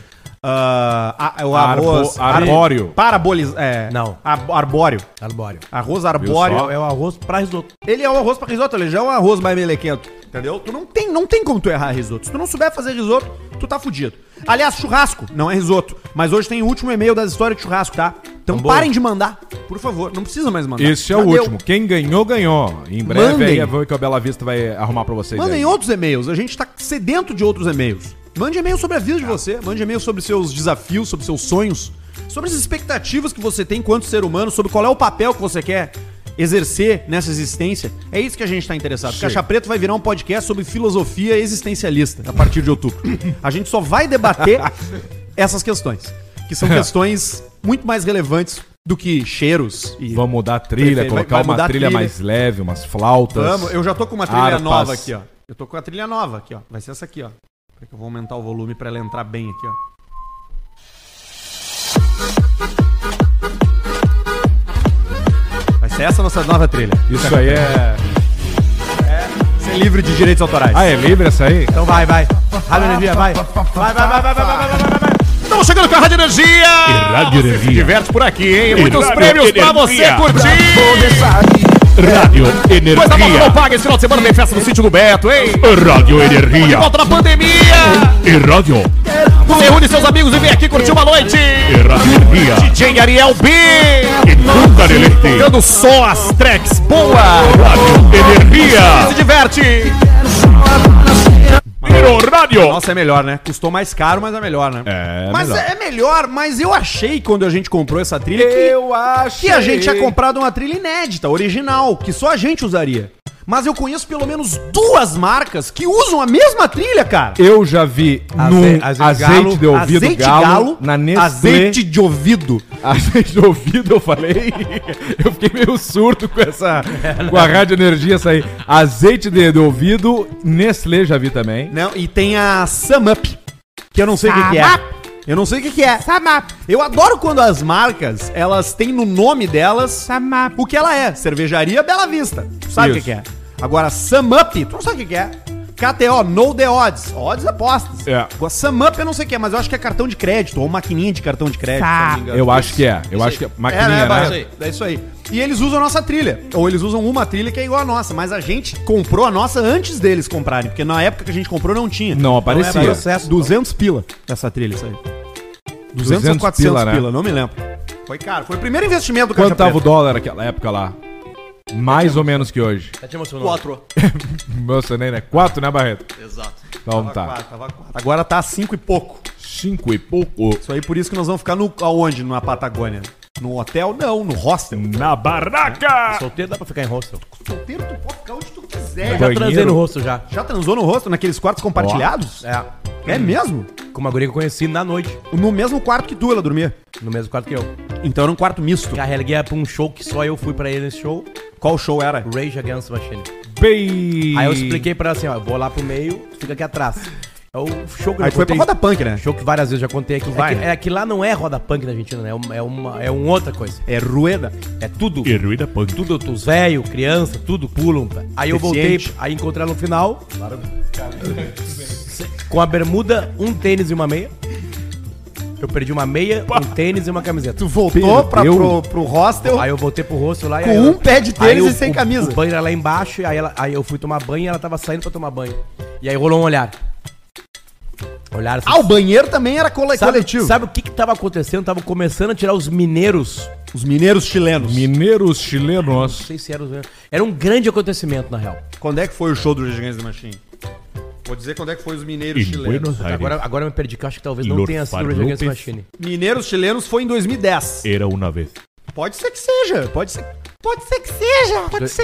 Speaker 2: ah, a- é o
Speaker 1: Arbo-
Speaker 2: arroz
Speaker 1: arbóreo.
Speaker 2: Paraboliz, é,
Speaker 3: Não.
Speaker 2: ar- arbóreo.
Speaker 3: Arbóreo.
Speaker 2: Arroz
Speaker 1: Viu
Speaker 2: arbóreo.
Speaker 3: É o arroz pra risoto.
Speaker 2: Ele é o arroz pra risoto, ele já é um arroz mais melequento. Entendeu? Tu não tem, não tem como tu errar risoto. Se tu não souber fazer risoto, tu tá fudido. Aliás, churrasco não é risoto. Mas hoje tem o último e-mail das histórias de churrasco, tá? Então
Speaker 3: Vambora.
Speaker 2: parem de mandar, por favor. Não precisa mais mandar.
Speaker 1: Esse é
Speaker 2: Já
Speaker 1: o
Speaker 2: deu.
Speaker 1: último. Quem ganhou, ganhou. Em breve
Speaker 2: Mandem.
Speaker 1: aí é ver que a Bela Vista vai arrumar pra vocês.
Speaker 2: Mandem um.
Speaker 1: aí.
Speaker 2: outros e-mails, a gente tá sedento de outros e-mails. Mande e-mail sobre a vida de você, mande e-mail sobre seus desafios, sobre seus sonhos, sobre as expectativas que você tem enquanto ser humano, sobre qual é o papel que você quer exercer nessa existência. É isso que a gente tá interessado. Caixa Preto vai virar um podcast sobre filosofia existencialista a partir de outubro. A gente só vai debater essas questões, que são questões muito mais relevantes do que cheiros e
Speaker 1: Vamos mudar a trilha,
Speaker 2: Prefere-
Speaker 1: colocar
Speaker 2: vai- vai
Speaker 1: uma
Speaker 2: mudar a
Speaker 1: trilha,
Speaker 2: trilha.
Speaker 1: mais leve, umas flautas.
Speaker 2: Vamos, eu já tô com uma trilha
Speaker 1: harpas.
Speaker 2: nova aqui, ó. Eu tô com a trilha nova aqui, ó. Vai ser essa aqui, ó. Peraí que eu vou aumentar o volume pra ela entrar bem aqui, ó. Vai ser essa a nossa nova trilha.
Speaker 1: Isso aí é.
Speaker 2: Ser livre de direitos autorais.
Speaker 1: Ah, é livre essa aí?
Speaker 3: Então vai, vai. Rádio Energia, vai. Vai, vai, vai, vai, vai, vai, vai, vai, vai, vai.
Speaker 4: Estamos chegando com a Rádio Energia!
Speaker 1: Rádio
Speaker 4: Ah, Você se
Speaker 1: Energia.
Speaker 4: diverte por aqui, hein? Muitos
Speaker 1: Rádio
Speaker 4: prêmios pra você
Speaker 1: Energia.
Speaker 4: curtir!
Speaker 1: Rádio
Speaker 4: Pois a moto não
Speaker 1: Energia.
Speaker 4: paga, esse final de semana tem festa no sítio do Beto, hein?
Speaker 1: Rádio
Speaker 4: De
Speaker 1: Energia.
Speaker 4: volta na pandemia!
Speaker 1: E Rádio.
Speaker 4: Você reúne seus amigos e vem aqui curtir uma noite!
Speaker 1: Rádio Energia.
Speaker 4: DJ Ariel B! Tocando só as tracks boa. Energia. Se diverte. Viro Rádio.
Speaker 2: Nossa, é melhor, né? Custou mais caro, mas é melhor, né?
Speaker 1: É
Speaker 2: mas
Speaker 1: melhor.
Speaker 2: é melhor, mas eu achei quando a gente comprou essa trilha que,
Speaker 1: Eu acho
Speaker 2: que a gente tinha comprado uma trilha inédita, original, que só a gente usaria. Mas eu conheço pelo menos duas marcas que usam a mesma trilha, cara.
Speaker 1: Eu já vi
Speaker 3: Aze-
Speaker 1: num
Speaker 3: azeite
Speaker 1: Um azeite
Speaker 3: galo,
Speaker 1: de ouvido
Speaker 2: azeite
Speaker 1: galo,
Speaker 2: galo,
Speaker 1: na Nestlé.
Speaker 2: azeite de ouvido.
Speaker 1: Azeite de ouvido, eu falei. Eu fiquei meio surdo com essa. com a rádio energia sair. Azeite de, de ouvido, Nestlé já vi também.
Speaker 2: Não, né? e tem a Samup, que eu não sei o que, que é. Eu não sei o que, que é. Samup. Eu adoro quando as marcas, elas têm no nome delas o que ela é. Cervejaria Bela Vista. Tu sabe o que,
Speaker 1: Isso.
Speaker 2: que é. Agora, Samup, tu não sabe o que, que é. KTO, No The Odds. Odds apostas.
Speaker 1: É.
Speaker 2: Agora, Samup eu não sei o que é, mas eu acho que é cartão de crédito ou maquininha de cartão de crédito. se eu não me engano.
Speaker 1: Eu acho que é. Eu acho que é. Maquininha,
Speaker 2: é, né,
Speaker 1: né?
Speaker 2: Barreto? É isso aí. E eles usam a nossa trilha. Ou eles usam uma trilha que é igual a nossa, mas a gente comprou a nossa antes deles comprarem, porque na época que a gente comprou não tinha.
Speaker 1: Não aparecia.
Speaker 2: Então é processo, 200 pila essa trilha, isso aí. 200 ou
Speaker 1: 200
Speaker 2: 400
Speaker 1: pila,
Speaker 2: pila,
Speaker 1: né?
Speaker 2: não me lembro. Foi caro, foi o primeiro investimento do
Speaker 1: Quanto tava o
Speaker 2: Preta.
Speaker 1: dólar naquela época lá? Mais ou menos que hoje.
Speaker 3: Já tá te emocionou.
Speaker 2: Quatro.
Speaker 1: Nossa, nem, né? Quatro, né, Barreto?
Speaker 3: Exato.
Speaker 1: Então tá.
Speaker 2: Quatro, tava quatro. Agora tá a cinco e pouco.
Speaker 1: Cinco e pouco.
Speaker 2: Isso aí por isso que nós vamos ficar no aonde na Patagônia? No hotel? Não, no hostel.
Speaker 4: Na barraca.
Speaker 3: Solteiro dá pra ficar em hostel. Tá
Speaker 2: Solteiro tu pode ficar onde tu quiser.
Speaker 3: Já
Speaker 1: Banheiro.
Speaker 3: transei no rosto já.
Speaker 2: Já transou no rosto naqueles quartos compartilhados?
Speaker 3: É.
Speaker 2: É mesmo?
Speaker 3: Com uma guria que eu conheci na noite,
Speaker 2: No mesmo quarto que tu ela dormia.
Speaker 3: no mesmo quarto que eu.
Speaker 2: Então era um quarto misto.
Speaker 3: Carreguei ela pra um show que só eu fui pra ele nesse show.
Speaker 2: Qual show era?
Speaker 3: Rage Against the Machine.
Speaker 1: Bem.
Speaker 3: Aí eu expliquei pra ela assim, ó, eu vou lá pro meio, fica aqui atrás. É o show que eu
Speaker 2: Aí
Speaker 3: já
Speaker 2: foi pra
Speaker 3: contei-
Speaker 2: roda punk, né?
Speaker 3: Show que várias vezes eu já contei aqui.
Speaker 2: Vai,
Speaker 3: é, que,
Speaker 2: né?
Speaker 3: é que lá não é roda punk na Argentina, né? É uma, é uma, é uma outra coisa.
Speaker 2: É Rueda.
Speaker 3: É tudo.
Speaker 4: Heruída Punk.
Speaker 3: Tudo, tu- os velhos, criança, tudo pulam. pá. Aí eu voltei,
Speaker 2: Deficiente.
Speaker 3: aí encontrei ela no final. Com a bermuda, um tênis e uma meia. Eu perdi uma meia, um tênis e uma camiseta.
Speaker 2: Tu voltou pra,
Speaker 1: Perdeu.
Speaker 2: pro, pro hostel
Speaker 3: Aí eu voltei pro rosto lá e.
Speaker 2: com
Speaker 3: aí
Speaker 2: um
Speaker 3: ela-
Speaker 2: pé de
Speaker 3: aí
Speaker 2: tênis e
Speaker 3: o-
Speaker 2: sem
Speaker 3: o-
Speaker 2: camisa.
Speaker 3: O banho era lá embaixo, e aí, ela- aí eu fui tomar banho e ela tava saindo pra tomar banho. E aí rolou um olhar. Olhar assim,
Speaker 2: Ah, o banheiro também era cole-
Speaker 3: Sabe,
Speaker 2: coletivo.
Speaker 3: sabe o que que tava acontecendo? Tava começando a tirar os mineiros. Não
Speaker 2: Os mineiros chilenos.
Speaker 1: Mineiros chilenos.
Speaker 3: sei se eram os mineiros. Era um grande acontecimento, na real.
Speaker 2: Quando é que foi o show do Gigantes da Machine? Vou dizer quando é que foi os mineiros
Speaker 4: Em Buenos Aires.
Speaker 3: Agora, agora eu me perdi, que eu acho que talvez não
Speaker 4: Lord
Speaker 3: tenha sido o
Speaker 4: Farloupes.
Speaker 3: Rage Against the Machine.
Speaker 2: Mineiros chilenos foi em 2010.
Speaker 4: Era uma vez.
Speaker 2: Pode ser que seja. Pode ser, pode ser que seja. Pode
Speaker 3: Do-
Speaker 2: ser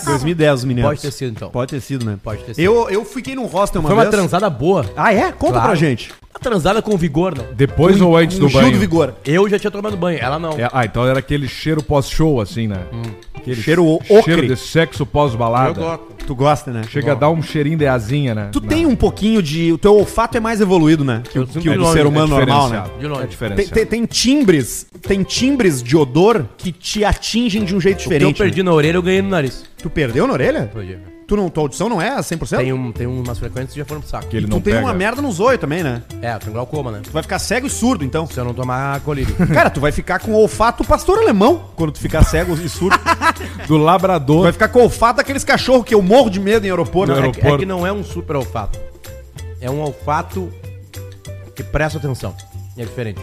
Speaker 2: que seja. 2010 os mineiros.
Speaker 3: Pode ter sido, então.
Speaker 2: Pode ter sido, né?
Speaker 3: Pode ter sido.
Speaker 2: Eu, eu fiquei num hostel uma
Speaker 3: Foi uma
Speaker 2: vez.
Speaker 3: transada boa.
Speaker 2: Ah, é? Conta
Speaker 3: Claro.
Speaker 2: pra gente.
Speaker 3: Uma transada com vigor, não.
Speaker 1: Depois ou antes do
Speaker 2: Um Gil do
Speaker 1: banho?
Speaker 2: Vigor.
Speaker 3: Eu já tinha tomado banho, ela não.
Speaker 1: É, ah, então era aquele cheiro pós-show, assim, né? Aquele
Speaker 2: Hum. Cheiro o- ocre.
Speaker 1: cheiro de sexo pós-balada.
Speaker 2: Tu gosta, né?
Speaker 1: Chega a dar um cheirinho de azinha, né?
Speaker 2: Tu tem um pouquinho de. O teu olfato é mais evoluído, né? Que, o- que o do ser humano normal, né?
Speaker 3: De
Speaker 1: É
Speaker 3: longe.
Speaker 2: Tem,
Speaker 1: um diferenciado.
Speaker 2: tem- tem timbres, tem timbres de odor que te atingem de um jeito
Speaker 3: O que eu
Speaker 2: diferente.
Speaker 3: perdi na orelha, eu ganhei no nariz.
Speaker 2: né? Tu perdeu na orelha?
Speaker 3: Perdi.
Speaker 2: Tu não, tua audição não é 100%?
Speaker 3: Tem, um, tem umas frequências que já foram pro saco.
Speaker 1: Que ele
Speaker 2: tu
Speaker 1: não
Speaker 2: tem
Speaker 1: pega.
Speaker 2: uma merda nos olhos também, né?
Speaker 3: É, eu tenho glaucoma, né?
Speaker 2: Tu vai ficar cego e surdo, então.
Speaker 3: Se eu não tomar colírio.
Speaker 2: Cara, tu vai ficar com o olfato pastor alemão quando tu ficar cego e surdo.
Speaker 1: Do
Speaker 2: tu vai
Speaker 1: labrador.
Speaker 2: ficar com o olfato daqueles cachorros que eu morro de medo em aeroporto.
Speaker 1: No
Speaker 2: né?
Speaker 3: É que, é
Speaker 1: aeroporto.
Speaker 3: que não é um super olfato. É um olfato que presta atenção. E é diferente.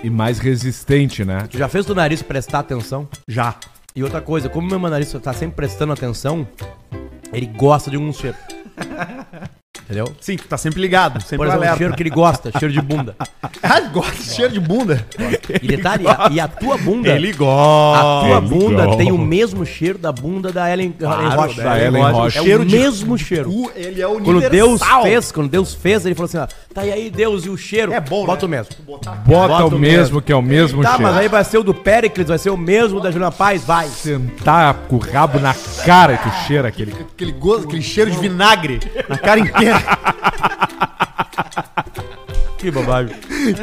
Speaker 1: E mais resistente, né?
Speaker 3: Tu já fez teu nariz prestar atenção?
Speaker 2: Já.
Speaker 3: E outra coisa, como meu nariz tá sempre prestando atenção, ele gosta de algum cheiro. Entendeu?
Speaker 2: Sim, tu tá sempre ligado,
Speaker 3: Por
Speaker 2: sempre
Speaker 3: exemplo, o
Speaker 2: alerta.
Speaker 3: é um cheiro que ele gosta, cheiro de bunda.
Speaker 2: Ah, gosta de cheiro de bunda.
Speaker 3: E detalhe, a- e a tua bunda, a
Speaker 2: gosta.
Speaker 3: tua
Speaker 4: Ele
Speaker 3: bunda
Speaker 4: gosta.
Speaker 3: tem o mesmo cheiro da bunda da Ellen Rocha.
Speaker 1: da Ellen Rocha.
Speaker 3: É o
Speaker 2: Cheiro de-
Speaker 3: mesmo cheiro.
Speaker 2: O- Ele é universal.
Speaker 3: Quando Deus fez, quando Deus fez, ele falou assim, ó, tá e aí Deus e o cheiro,
Speaker 2: É bom, né?
Speaker 3: bota o mesmo.
Speaker 1: Bota,
Speaker 3: Bota
Speaker 1: o
Speaker 3: o
Speaker 1: mesmo,
Speaker 3: mesmo.
Speaker 1: que é o mesmo
Speaker 3: Tá,
Speaker 1: cheiro.
Speaker 3: mas aí vai ser o do Péricles, vai ser o mesmo da Juliana Paz, vai.
Speaker 1: Sentar com o rabo na cara que o cheiro é aquele.
Speaker 2: Aquele, gosto, aquele cheiro de vinagre na cara inteira.
Speaker 3: Que bobagem.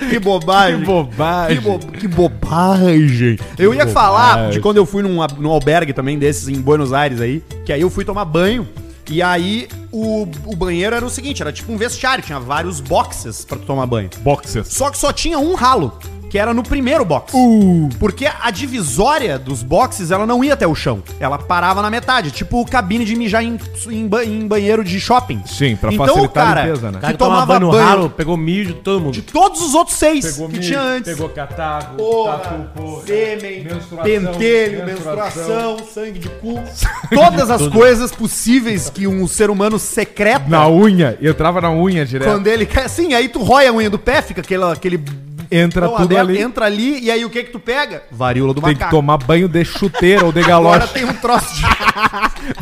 Speaker 2: que bobagem.
Speaker 1: Que
Speaker 2: Que,
Speaker 1: bobagem.
Speaker 2: bo- que bobagem. eu ia falar de quando eu fui num, ab- num albergue também desses em Buenos Aires aí, que aí eu fui tomar banho. E aí o, o banheiro era o seguinte, era tipo um vestiário, tinha vários boxes pra tu tomar banho.
Speaker 1: Boxers.
Speaker 2: Só que só tinha um ralo. que era no primeiro box.
Speaker 1: Uh.
Speaker 2: Porque a divisória dos boxes, ela não ia até o chão. Ela parava na metade, tipo cabine de mijar em, em ba- em banheiro de shopping.
Speaker 1: Sim, pra
Speaker 2: Então,
Speaker 1: facilitar
Speaker 2: cara,
Speaker 1: a limpeza, né?
Speaker 3: O cara
Speaker 2: que
Speaker 3: tomava
Speaker 2: tomava
Speaker 3: banho no
Speaker 2: banho.
Speaker 3: ralo, pegou mijo de todo
Speaker 2: De
Speaker 3: mundo.
Speaker 2: todos os outros seis que
Speaker 1: milho,
Speaker 2: tinha antes.
Speaker 1: Pegou catarro,
Speaker 2: Porra,
Speaker 1: tatu, porra,
Speaker 2: sêmen,
Speaker 1: menstruação,
Speaker 2: pentelho, né? menstruação, sangue de cu. Todas as coisas possíveis que um ser humano secreta
Speaker 1: Na unha, eu trava na unha direto.
Speaker 2: quando ele quer. Sim, aí tu rói a unha do pé, fica aquele. aquele
Speaker 1: Entra
Speaker 2: botão
Speaker 1: tudo
Speaker 2: aberto,
Speaker 1: ali.
Speaker 2: Entra ali e aí o que que tu pega? Varíola do
Speaker 1: Tem que tomar banho de chuteira ou de
Speaker 2: Agora
Speaker 1: galocha.
Speaker 2: tá tem um troço de-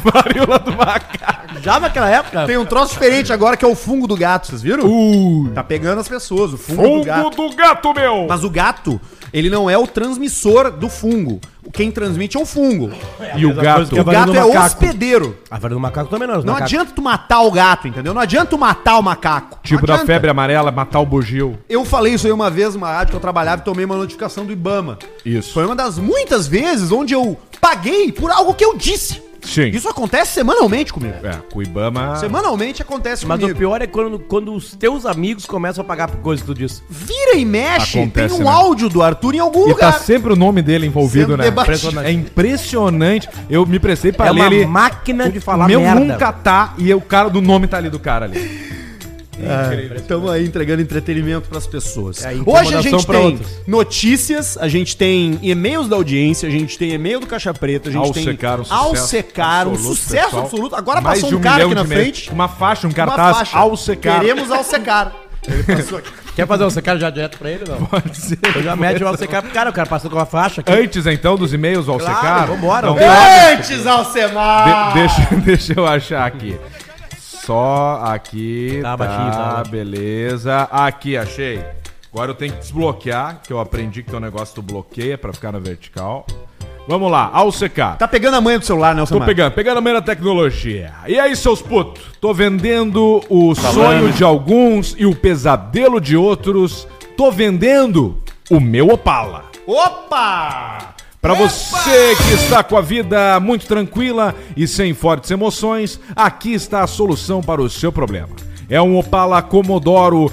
Speaker 1: Varíola do macaco.
Speaker 3: Já naquela época,
Speaker 2: tem um troço diferente agora que é o fungo do gato, vocês viram? Tá pegando as pessoas, o fungo, do gato.
Speaker 1: Uh! do gato, meu!
Speaker 2: Mas o gato, ele não é o transmissor do fungo. Quem transmite é o fungo.
Speaker 1: E o gato?
Speaker 2: O gato é hospedeiro.
Speaker 3: A varíola do macaco também não.
Speaker 2: Não adianta tu matar o gato, entendeu? Não adianta tu matar o macaco.
Speaker 1: Tipo
Speaker 2: Não
Speaker 1: da
Speaker 2: adianta.
Speaker 1: febre amarela, matar o bugio.
Speaker 2: Eu falei isso aí uma vez numa rádio que eu trabalhava e tomei uma notificação do Ibama.
Speaker 1: Isso.
Speaker 2: Foi uma das muitas vezes onde eu paguei por algo que eu disse.
Speaker 1: Sim.
Speaker 2: Isso acontece semanalmente comigo.
Speaker 1: É, Cuibama.
Speaker 2: Semanalmente acontece
Speaker 3: Mas o
Speaker 2: comigo.
Speaker 3: pior é quando, quando os teus amigos começam a pagar por coisa que tu diz.
Speaker 2: Vira e mexe,
Speaker 1: Acontece,
Speaker 2: tem um
Speaker 1: né?
Speaker 2: áudio do Arthur em algum
Speaker 1: E tá
Speaker 2: lugar.
Speaker 1: sempre o nome dele envolvido,
Speaker 2: Sendo
Speaker 1: né?
Speaker 2: debatido.
Speaker 1: É impressionante. Eu me prestei pra
Speaker 3: é
Speaker 1: ler
Speaker 3: uma
Speaker 1: ele.
Speaker 3: máquina de falar
Speaker 1: meu
Speaker 3: merda.
Speaker 1: nunca tá e o cara do nome tá ali do cara ali.
Speaker 2: Estamos aí entregando entretenimento pras pessoas.
Speaker 3: É,
Speaker 2: Hoje a
Speaker 3: incomodação
Speaker 2: gente
Speaker 3: pra
Speaker 2: tem
Speaker 3: outros.
Speaker 2: notícias, a gente tem e-mails da audiência, a gente tem e-mail do Caixa Preta, a gente tem
Speaker 1: Alcecar, um sucesso
Speaker 2: Alcecar, um
Speaker 1: absoluto,
Speaker 2: sucesso
Speaker 1: pessoal.
Speaker 2: absoluto. Agora
Speaker 1: Mais
Speaker 2: passou
Speaker 1: de
Speaker 2: um, cara
Speaker 1: milhão
Speaker 2: aqui na
Speaker 1: de e-mails.
Speaker 2: frente,
Speaker 1: Uma faixa, um
Speaker 2: uma
Speaker 1: cartaz.
Speaker 2: faixa.
Speaker 1: Alcecar.
Speaker 2: Queremos Alcecar. Ele passou aqui.
Speaker 3: Quer fazer um secar já direto pra ele? Não.
Speaker 1: Pode ser.
Speaker 3: Eu já mete o secar pro cara, o cara passou com a faixa aqui.
Speaker 1: Antes então dos e-mails ao
Speaker 3: Claro,
Speaker 1: secar.
Speaker 3: vambora.
Speaker 1: Não,
Speaker 3: É.
Speaker 2: Antes Alcemar!
Speaker 1: de- deixa, deixa eu achar aqui. Só aqui.
Speaker 3: Tá baixinho, tá baixo.
Speaker 1: beleza. Aqui, achei. Agora eu tenho que desbloquear, que eu aprendi que tem um negócio do bloqueia pra ficar na vertical. Vamos lá, ao secar.
Speaker 2: Tá pegando a manha do celular, né,
Speaker 1: Tô
Speaker 2: Alcemar?
Speaker 1: pegando, pegando a mera tecnologia. E aí, seus putos? Tô vendendo o
Speaker 3: Tá
Speaker 1: sonho de alguns e o pesadelo de outros. Tô vendendo o meu Opala.
Speaker 2: Opa!
Speaker 1: Pra você que está com a vida muito tranquila e sem fortes emoções, aqui está a solução para o seu problema. É um Opala Commodoro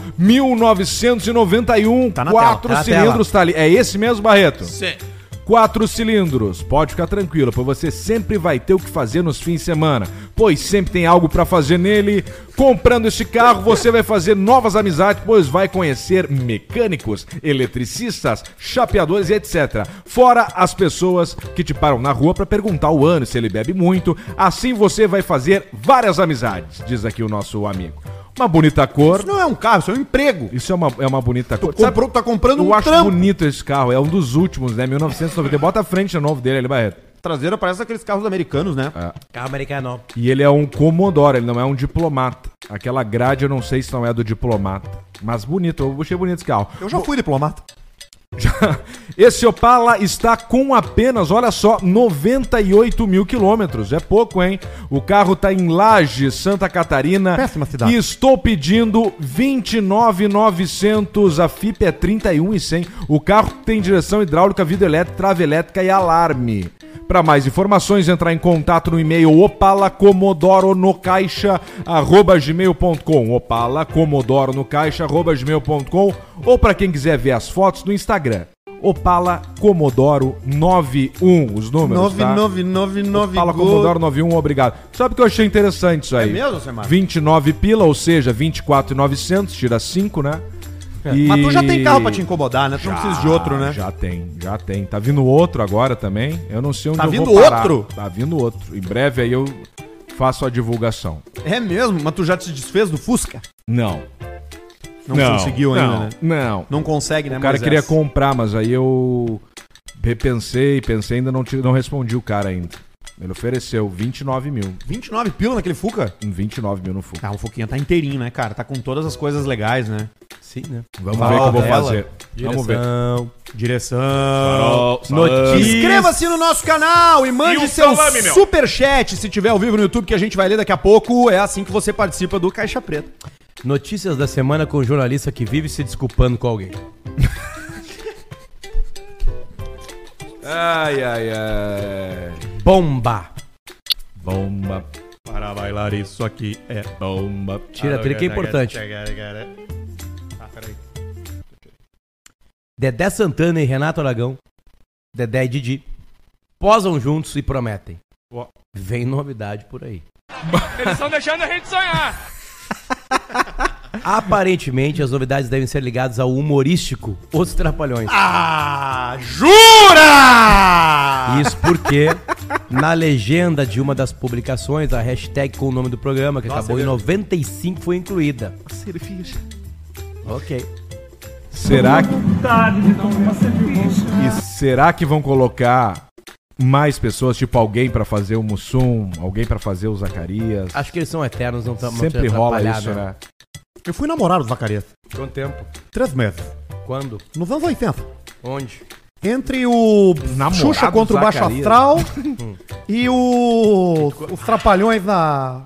Speaker 1: 1991,
Speaker 2: Tá na
Speaker 1: quatro
Speaker 3: tela, tá na
Speaker 1: cilindros, tá ali. É esse mesmo, Barreto? Sim. Quatro cilindros, pode ficar tranquilo, pois você sempre vai ter o que fazer nos fins de semana, pois sempre tem algo pra fazer nele. Comprando esse carro, você vai fazer novas amizades, pois vai conhecer mecânicos, eletricistas, chapeadores e etc. Fora as pessoas que te param na rua pra perguntar o ano se ele bebe muito. Assim você vai fazer várias amizades, diz aqui o nosso amigo. Uma bonita cor.
Speaker 2: Isso não é um carro, isso é um emprego.
Speaker 1: Isso é uma, é uma bonita
Speaker 2: Tu
Speaker 1: cor. Sabe-
Speaker 2: comprou, tá comprando
Speaker 1: eu
Speaker 2: um
Speaker 1: acho
Speaker 2: trampo.
Speaker 1: bonito esse carro, é um dos últimos, né? 1990. Bota a frente novo dele ali, Barreto.
Speaker 2: Traseira parece aqueles carros americanos, né?
Speaker 1: É.
Speaker 3: Carro americano.
Speaker 1: E ele é um Commodore, ele não é um diplomata. Aquela grade eu não sei se não é do diplomata. Mas bonito, eu achei bonito esse carro.
Speaker 2: Eu já fui diplomata.
Speaker 1: Esse Opala está com apenas, olha só, 98 mil quilômetros. É pouco, hein? O carro está em Laje, Santa Catarina.
Speaker 2: Péssima cidade.
Speaker 1: E estou pedindo 29,900. A FIP é 31,100. O carro tem direção hidráulica, vidro elétrico, trava elétrica e alarme. Para mais informações, entrar em contato no e-mail opalacomodoroNoCaixa@gmail.com, opalacomodoroNoCaixa@gmail.com ou para quem quiser ver as fotos no Instagram, Opala Comodoro 91, os números, tá?
Speaker 2: 9999
Speaker 1: Fala Comodoro 91, obrigado. Sabe o que eu achei interessante isso aí?
Speaker 2: É mesmo, Semar?
Speaker 1: 29 pila, ou seja, 24,900, tira 5, né? E-
Speaker 2: É. Mas tu já tem carro pra te incomodar, né? Tu não precisa de outro, né?
Speaker 1: Já tem, já tem. Tá vindo outro agora também. Eu não sei onde
Speaker 2: Tá
Speaker 1: eu vou
Speaker 2: vindo
Speaker 1: parar.
Speaker 2: outro?
Speaker 1: Tá vindo outro. Em breve aí eu faço a divulgação.
Speaker 2: É mesmo, mas tu já te desfez do Fusca?
Speaker 1: Não.
Speaker 2: Não, conseguiu ainda, né?
Speaker 1: Não.
Speaker 2: Não consegue, né?
Speaker 1: O cara
Speaker 2: Moisés?
Speaker 1: queria comprar, mas aí eu repensei, pensei, ainda não, te- não respondi o cara ainda. Ele ofereceu 29 mil. um
Speaker 2: 29 pila naquele Fuca?
Speaker 1: 29 mil no fundo.
Speaker 2: Ah, o Fuquinha tá inteirinho, né, cara? Tá com todas as coisas legais, né?
Speaker 3: Sim, né?
Speaker 1: Vamos ver o que eu vou
Speaker 2: Fala dela.
Speaker 1: fazer. Vamos ver.
Speaker 2: Direção.
Speaker 1: Notícia.
Speaker 2: Inscreva-se no nosso canal e mande
Speaker 1: E o
Speaker 2: seu
Speaker 1: salame, meu?
Speaker 2: superchat se tiver ao vivo no YouTube que a gente vai ler daqui a pouco. É assim que você participa do Caixa Preta.
Speaker 3: Notícias da semana com jornalista que vive se desculpando com alguém.
Speaker 1: Ai, ai, ai.
Speaker 3: Bomba.
Speaker 1: Bomba,
Speaker 2: Para bailar isso aqui é
Speaker 1: bomba. Ah,
Speaker 3: Tira, tira que é importante. Dedé Santana e Renato Aragão, Dedé e Didi, posam juntos e prometem.
Speaker 1: Ó.
Speaker 3: Vem novidade por aí.
Speaker 5: Estão deixando a gente sonhar.
Speaker 3: Aparentemente, as novidades devem ser ligadas ao humorístico Os Trapalhões.
Speaker 2: Ah,
Speaker 5: Ah.
Speaker 2: jura!
Speaker 3: Isso porque, na legenda de uma das publicações, a hashtag com o nome do programa, que
Speaker 1: é
Speaker 3: acabou em 95, foi incluída. Ok.
Speaker 1: Será que. E será que vão colocar mais pessoas, tipo alguém pra fazer o Mussum, alguém pra fazer o Zacarias?
Speaker 3: Acho que eles são eternos,
Speaker 2: Ah,
Speaker 3: não estamos
Speaker 1: Sempre rola isso, né?
Speaker 2: Eu fui namorado do Zacarias.
Speaker 3: Quanto tempo?
Speaker 2: Três meses.
Speaker 3: Quando?
Speaker 2: Nos anos 80.
Speaker 3: Onde?
Speaker 2: Entre o
Speaker 1: Namorado
Speaker 2: Xuxa contra o Baixo
Speaker 1: Zacarias.
Speaker 2: Astral e o. Os Trapalhões na.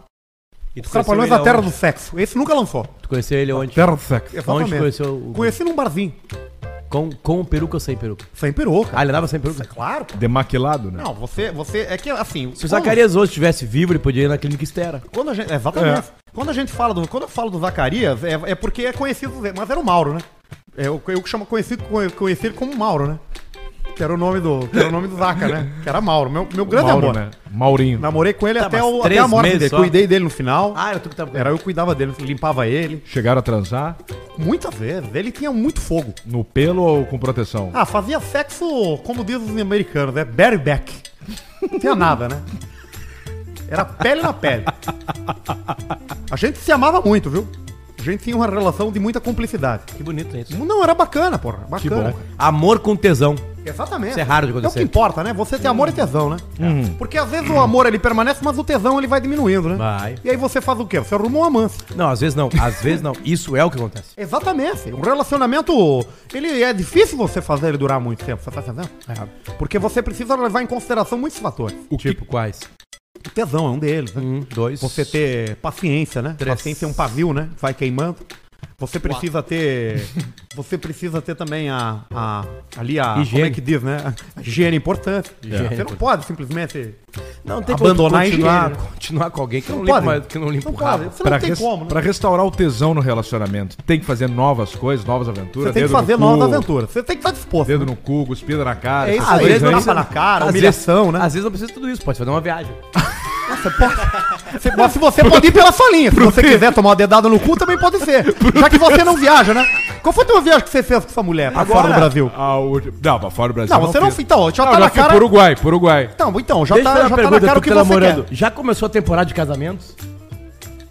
Speaker 3: E tu
Speaker 2: Os Trapalhões
Speaker 1: é
Speaker 2: da Terra do Sexo. Esse nunca lançou.
Speaker 3: Tu conheceu ele onde?
Speaker 1: Terra do sexo.
Speaker 2: Exatamente.
Speaker 3: Onde conheceu o-
Speaker 2: Conheci num barzinho.
Speaker 3: Com, com peruca ou sem peruca?
Speaker 2: Sem peruca.
Speaker 3: Ah, ele andava sem peruca?
Speaker 2: Claro. pô.
Speaker 1: Demaquilado, né?
Speaker 2: Não, você, você. É que assim.
Speaker 3: Se o Zacarias hoje estivesse vivo, ele podia ir na clínica estera.
Speaker 2: Quando a gente, é,
Speaker 1: É.
Speaker 2: exatamente. Quando a gente fala do, quando eu falo do Zacarias, é, é porque é conhecido, mas era o Mauro, né? É o que eu chamo conhecido, conheci ele como Mauro, né? Que era o nome do, que era o nome do Zaca, né? Que era Mauro, meu, meu grande
Speaker 1: Mauro,
Speaker 2: amor.
Speaker 1: né? Maurinho.
Speaker 2: Namorei com ele
Speaker 3: Tá,
Speaker 2: até,
Speaker 3: mas
Speaker 2: o, até
Speaker 3: três
Speaker 2: a morte
Speaker 3: meses
Speaker 2: dele.
Speaker 3: só?
Speaker 2: Cuidei dele no final.
Speaker 3: Ah, era tu que tava com
Speaker 2: Era eu que cuidava dele, limpava ele.
Speaker 1: Chegaram a transar
Speaker 2: Muitas vezes. Ele tinha muito fogo.
Speaker 1: no pelo ou com proteção?
Speaker 2: Ah, fazia sexo, como dizem os americanos, é bareback. Não tinha nada, né? Era pele na pele. A gente se amava muito, viu? A gente tinha uma relação de muita cumplicidade.
Speaker 3: Que bonito isso.
Speaker 2: Não, era bacana, porra. Bacana.
Speaker 1: bom.
Speaker 3: Amor com tesão.
Speaker 2: Exatamente.
Speaker 3: Isso é raro de
Speaker 2: É o
Speaker 3: acontecer. É. Uhum.
Speaker 2: que importa, né? Você tem amor e tesão, né? Porque às vezes o amor ele permanece, mas o tesão ele vai diminuindo, né?
Speaker 3: Vai.
Speaker 2: E aí você faz o quê? Você arruma um amante.
Speaker 3: Não, às vezes não. Às vezes não. Isso é o que acontece.
Speaker 2: Exatamente. Um relacionamento, ele é difícil você fazer ele durar muito tempo, você tá entendendo? Porque você precisa levar em consideração muitos fatores.
Speaker 3: O tipo quais?
Speaker 2: O tesão é um deles, né?
Speaker 1: Hum.
Speaker 3: Um, dois.
Speaker 2: Você ter paciência, né?
Speaker 3: Três.
Speaker 2: Paciência é um pavio, né? Vai queimando. Você precisa ter. Você precisa ter também a. a ali a. Como é
Speaker 3: Higiene.
Speaker 2: que diz, né? A higiene é importante.
Speaker 3: Higiene
Speaker 2: Você não
Speaker 3: importante.
Speaker 2: pode simplesmente.
Speaker 3: Não tem
Speaker 2: Abandonar
Speaker 3: como tu continuar,
Speaker 2: a higiene,
Speaker 3: continuar com alguém que não,
Speaker 2: Não
Speaker 3: limpa,
Speaker 2: pode.
Speaker 3: mais- que não limpa
Speaker 2: Não
Speaker 3: o rabo.
Speaker 2: pode. Você
Speaker 1: Pra,
Speaker 2: não tem
Speaker 1: res-
Speaker 2: como, né?
Speaker 1: pra restaurar o tesão no relacionamento, tem que fazer novas coisas, novas aventuras.
Speaker 2: Você tem que
Speaker 1: dedo no
Speaker 2: fazer
Speaker 1: cu,
Speaker 2: novas aventuras. Você tem que estar disposto. né?
Speaker 1: Dedo no cu, cuspida na cara.
Speaker 2: É
Speaker 1: essas
Speaker 2: isso aí,
Speaker 3: Às vezes
Speaker 1: coisas, né?
Speaker 2: tapa
Speaker 3: não precisa-
Speaker 2: na cara,
Speaker 3: às
Speaker 2: humilhação,
Speaker 3: vezes-
Speaker 2: né?
Speaker 3: Às vezes não precisa de tudo isso. Pode fazer uma viagem.
Speaker 2: Você pode. Você, mas se você pode ir pela salinha, se você quiser tomar uma dedada no cu, também pode ser. Já que você não viaja, né? Qual foi a última viagem que você fez com sua mulher pra fora do Brasil?
Speaker 1: Ah, o- Não, pra fora do Brasil.
Speaker 2: Não, você não.
Speaker 1: fiz.
Speaker 2: Então, já
Speaker 1: Não,
Speaker 2: tá
Speaker 1: já
Speaker 2: na
Speaker 1: fui um-
Speaker 2: cara.
Speaker 1: pro Uruguai, pro Uruguai.
Speaker 2: Então, então, já
Speaker 3: Deixa eu
Speaker 2: tá, já tá
Speaker 3: fazer uma
Speaker 2: na
Speaker 3: pergunta,
Speaker 2: cara o
Speaker 3: tu
Speaker 2: que
Speaker 3: que tá
Speaker 2: você
Speaker 3: namorando.
Speaker 2: quer.
Speaker 3: Já começou a temporada de casamentos?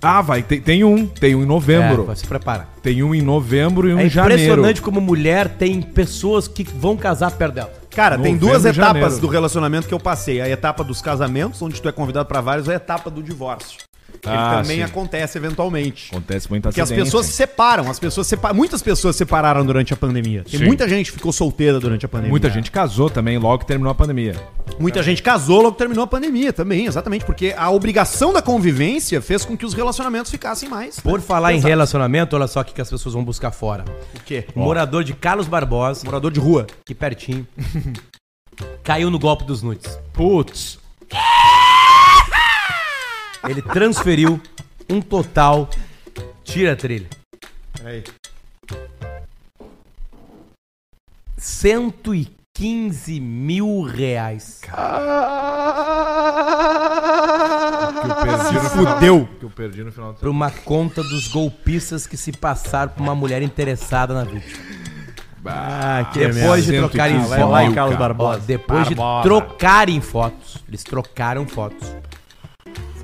Speaker 1: Ah, vai, tem, tem um, tem um em novembro.
Speaker 3: É, se prepara.
Speaker 1: Tem um em novembro e um
Speaker 3: É
Speaker 1: em janeiro.
Speaker 3: impressionante como mulher tem pessoas que vão casar perto dela.
Speaker 2: Cara, tem
Speaker 1: Novembro
Speaker 2: duas
Speaker 1: e
Speaker 2: etapas
Speaker 1: janeiro.
Speaker 2: do relacionamento que eu passei. A etapa dos casamentos, onde tu é convidado pra vários, e a etapa do divórcio. Que
Speaker 1: Ah,
Speaker 2: também
Speaker 1: sim.
Speaker 2: acontece eventualmente.
Speaker 1: Acontece muita
Speaker 2: Porque as pessoas se separam, as pessoas separam. Muitas pessoas se separaram durante a pandemia. Tem
Speaker 1: Sim.
Speaker 2: muita gente que ficou solteira durante a pandemia.
Speaker 1: Muita gente casou também logo que terminou a pandemia.
Speaker 2: Muita gente casou logo que terminou a pandemia também, exatamente, porque a obrigação da convivência fez com que os relacionamentos ficassem mais. né?
Speaker 3: Por falar em relacionamento, olha só o que que as pessoas vão buscar fora.
Speaker 2: O quê?
Speaker 3: Um morador de Carlos Barbosa,
Speaker 2: Morador de rua.
Speaker 3: aqui pertinho, caiu no golpe dos nudes.
Speaker 1: Putz.
Speaker 3: Ele transferiu um total. Tira a trilha.
Speaker 2: Peraí.
Speaker 3: 115 mil reais.
Speaker 1: Que eu perdi no final-
Speaker 2: Fudeu.
Speaker 1: Que eu perdi no final do
Speaker 3: Pra uma conta dos golpistas que se passaram por uma mulher interessada na vítima.
Speaker 2: Ah, que
Speaker 3: Depois de
Speaker 1: merda.
Speaker 3: trocarem
Speaker 1: 115
Speaker 2: Vai lá em
Speaker 3: fotos.
Speaker 2: Carlos
Speaker 3: Ó,
Speaker 2: Barbosa.
Speaker 3: depois de
Speaker 2: Barbosa.
Speaker 3: trocarem fotos. Eles trocaram fotos.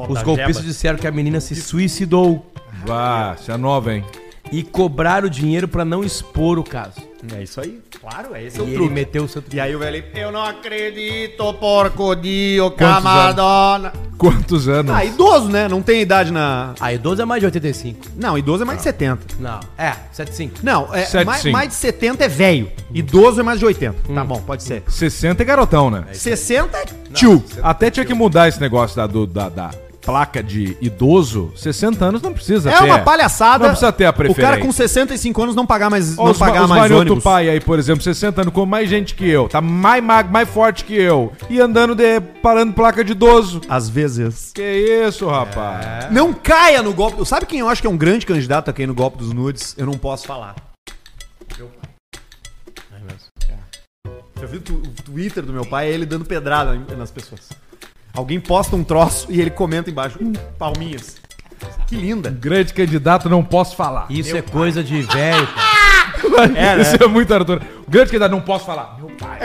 Speaker 3: Os golpistas disseram que a menina se suicidou
Speaker 1: Vá, se é nova, hein?
Speaker 3: e cobraram dinheiro pra não expor o caso.
Speaker 2: É isso aí. Claro, é esse
Speaker 3: E ele meteu o seu
Speaker 2: E aí o velho, eu não acredito, porco dio,
Speaker 1: Quantos anos?
Speaker 2: camadona.
Speaker 1: Quantos anos?
Speaker 2: Ah, idoso, né? Não tem idade na...
Speaker 3: Aí 12 é mais de 85.
Speaker 2: Não, idoso é mais de 70.
Speaker 3: Não, é, 75.
Speaker 2: Não, é,
Speaker 1: Sete,
Speaker 2: mais,
Speaker 1: sim.
Speaker 2: mais de 70 é velho. Idoso é mais de 80. Tá bom, pode ser.
Speaker 1: 60 é garotão, né?
Speaker 2: 60 é
Speaker 1: Tio. Até tinha que mudar esse negócio da, do- da, da placa de idoso. 60 anos não precisa
Speaker 2: É
Speaker 1: ter.
Speaker 2: uma palhaçada.
Speaker 1: Tá Não precisa ter a
Speaker 2: O cara
Speaker 1: preferência.
Speaker 2: com 65 anos não pagar mais,
Speaker 1: Ó,
Speaker 2: não
Speaker 1: os va-
Speaker 2: pagar
Speaker 1: os
Speaker 2: mais
Speaker 1: Marioto
Speaker 2: ônibus.
Speaker 1: Pai aí, por exemplo, 60 anos, com mais gente que eu. Tá mais magro, mais forte que eu. E andando de... parando placa de idoso.
Speaker 2: Às vezes.
Speaker 1: Que isso, rapaz.
Speaker 2: Não caia no golpe. Sabe quem eu acho que é
Speaker 1: É
Speaker 2: um grande candidato a cair no golpe dos nudes? Eu não posso falar. Já viu tu- É. o Twitter do meu pai? É ele dando pedrada em- nas pessoas. Alguém posta um troço e ele comenta embaixo. "Hum, palminhas. Que linda.
Speaker 1: Grande candidato, não posso falar.
Speaker 3: Isso é coisa de velho, cara.
Speaker 2: É, né?
Speaker 1: Isso é muito Arthur. Grande candidato, não posso falar. Meu pai.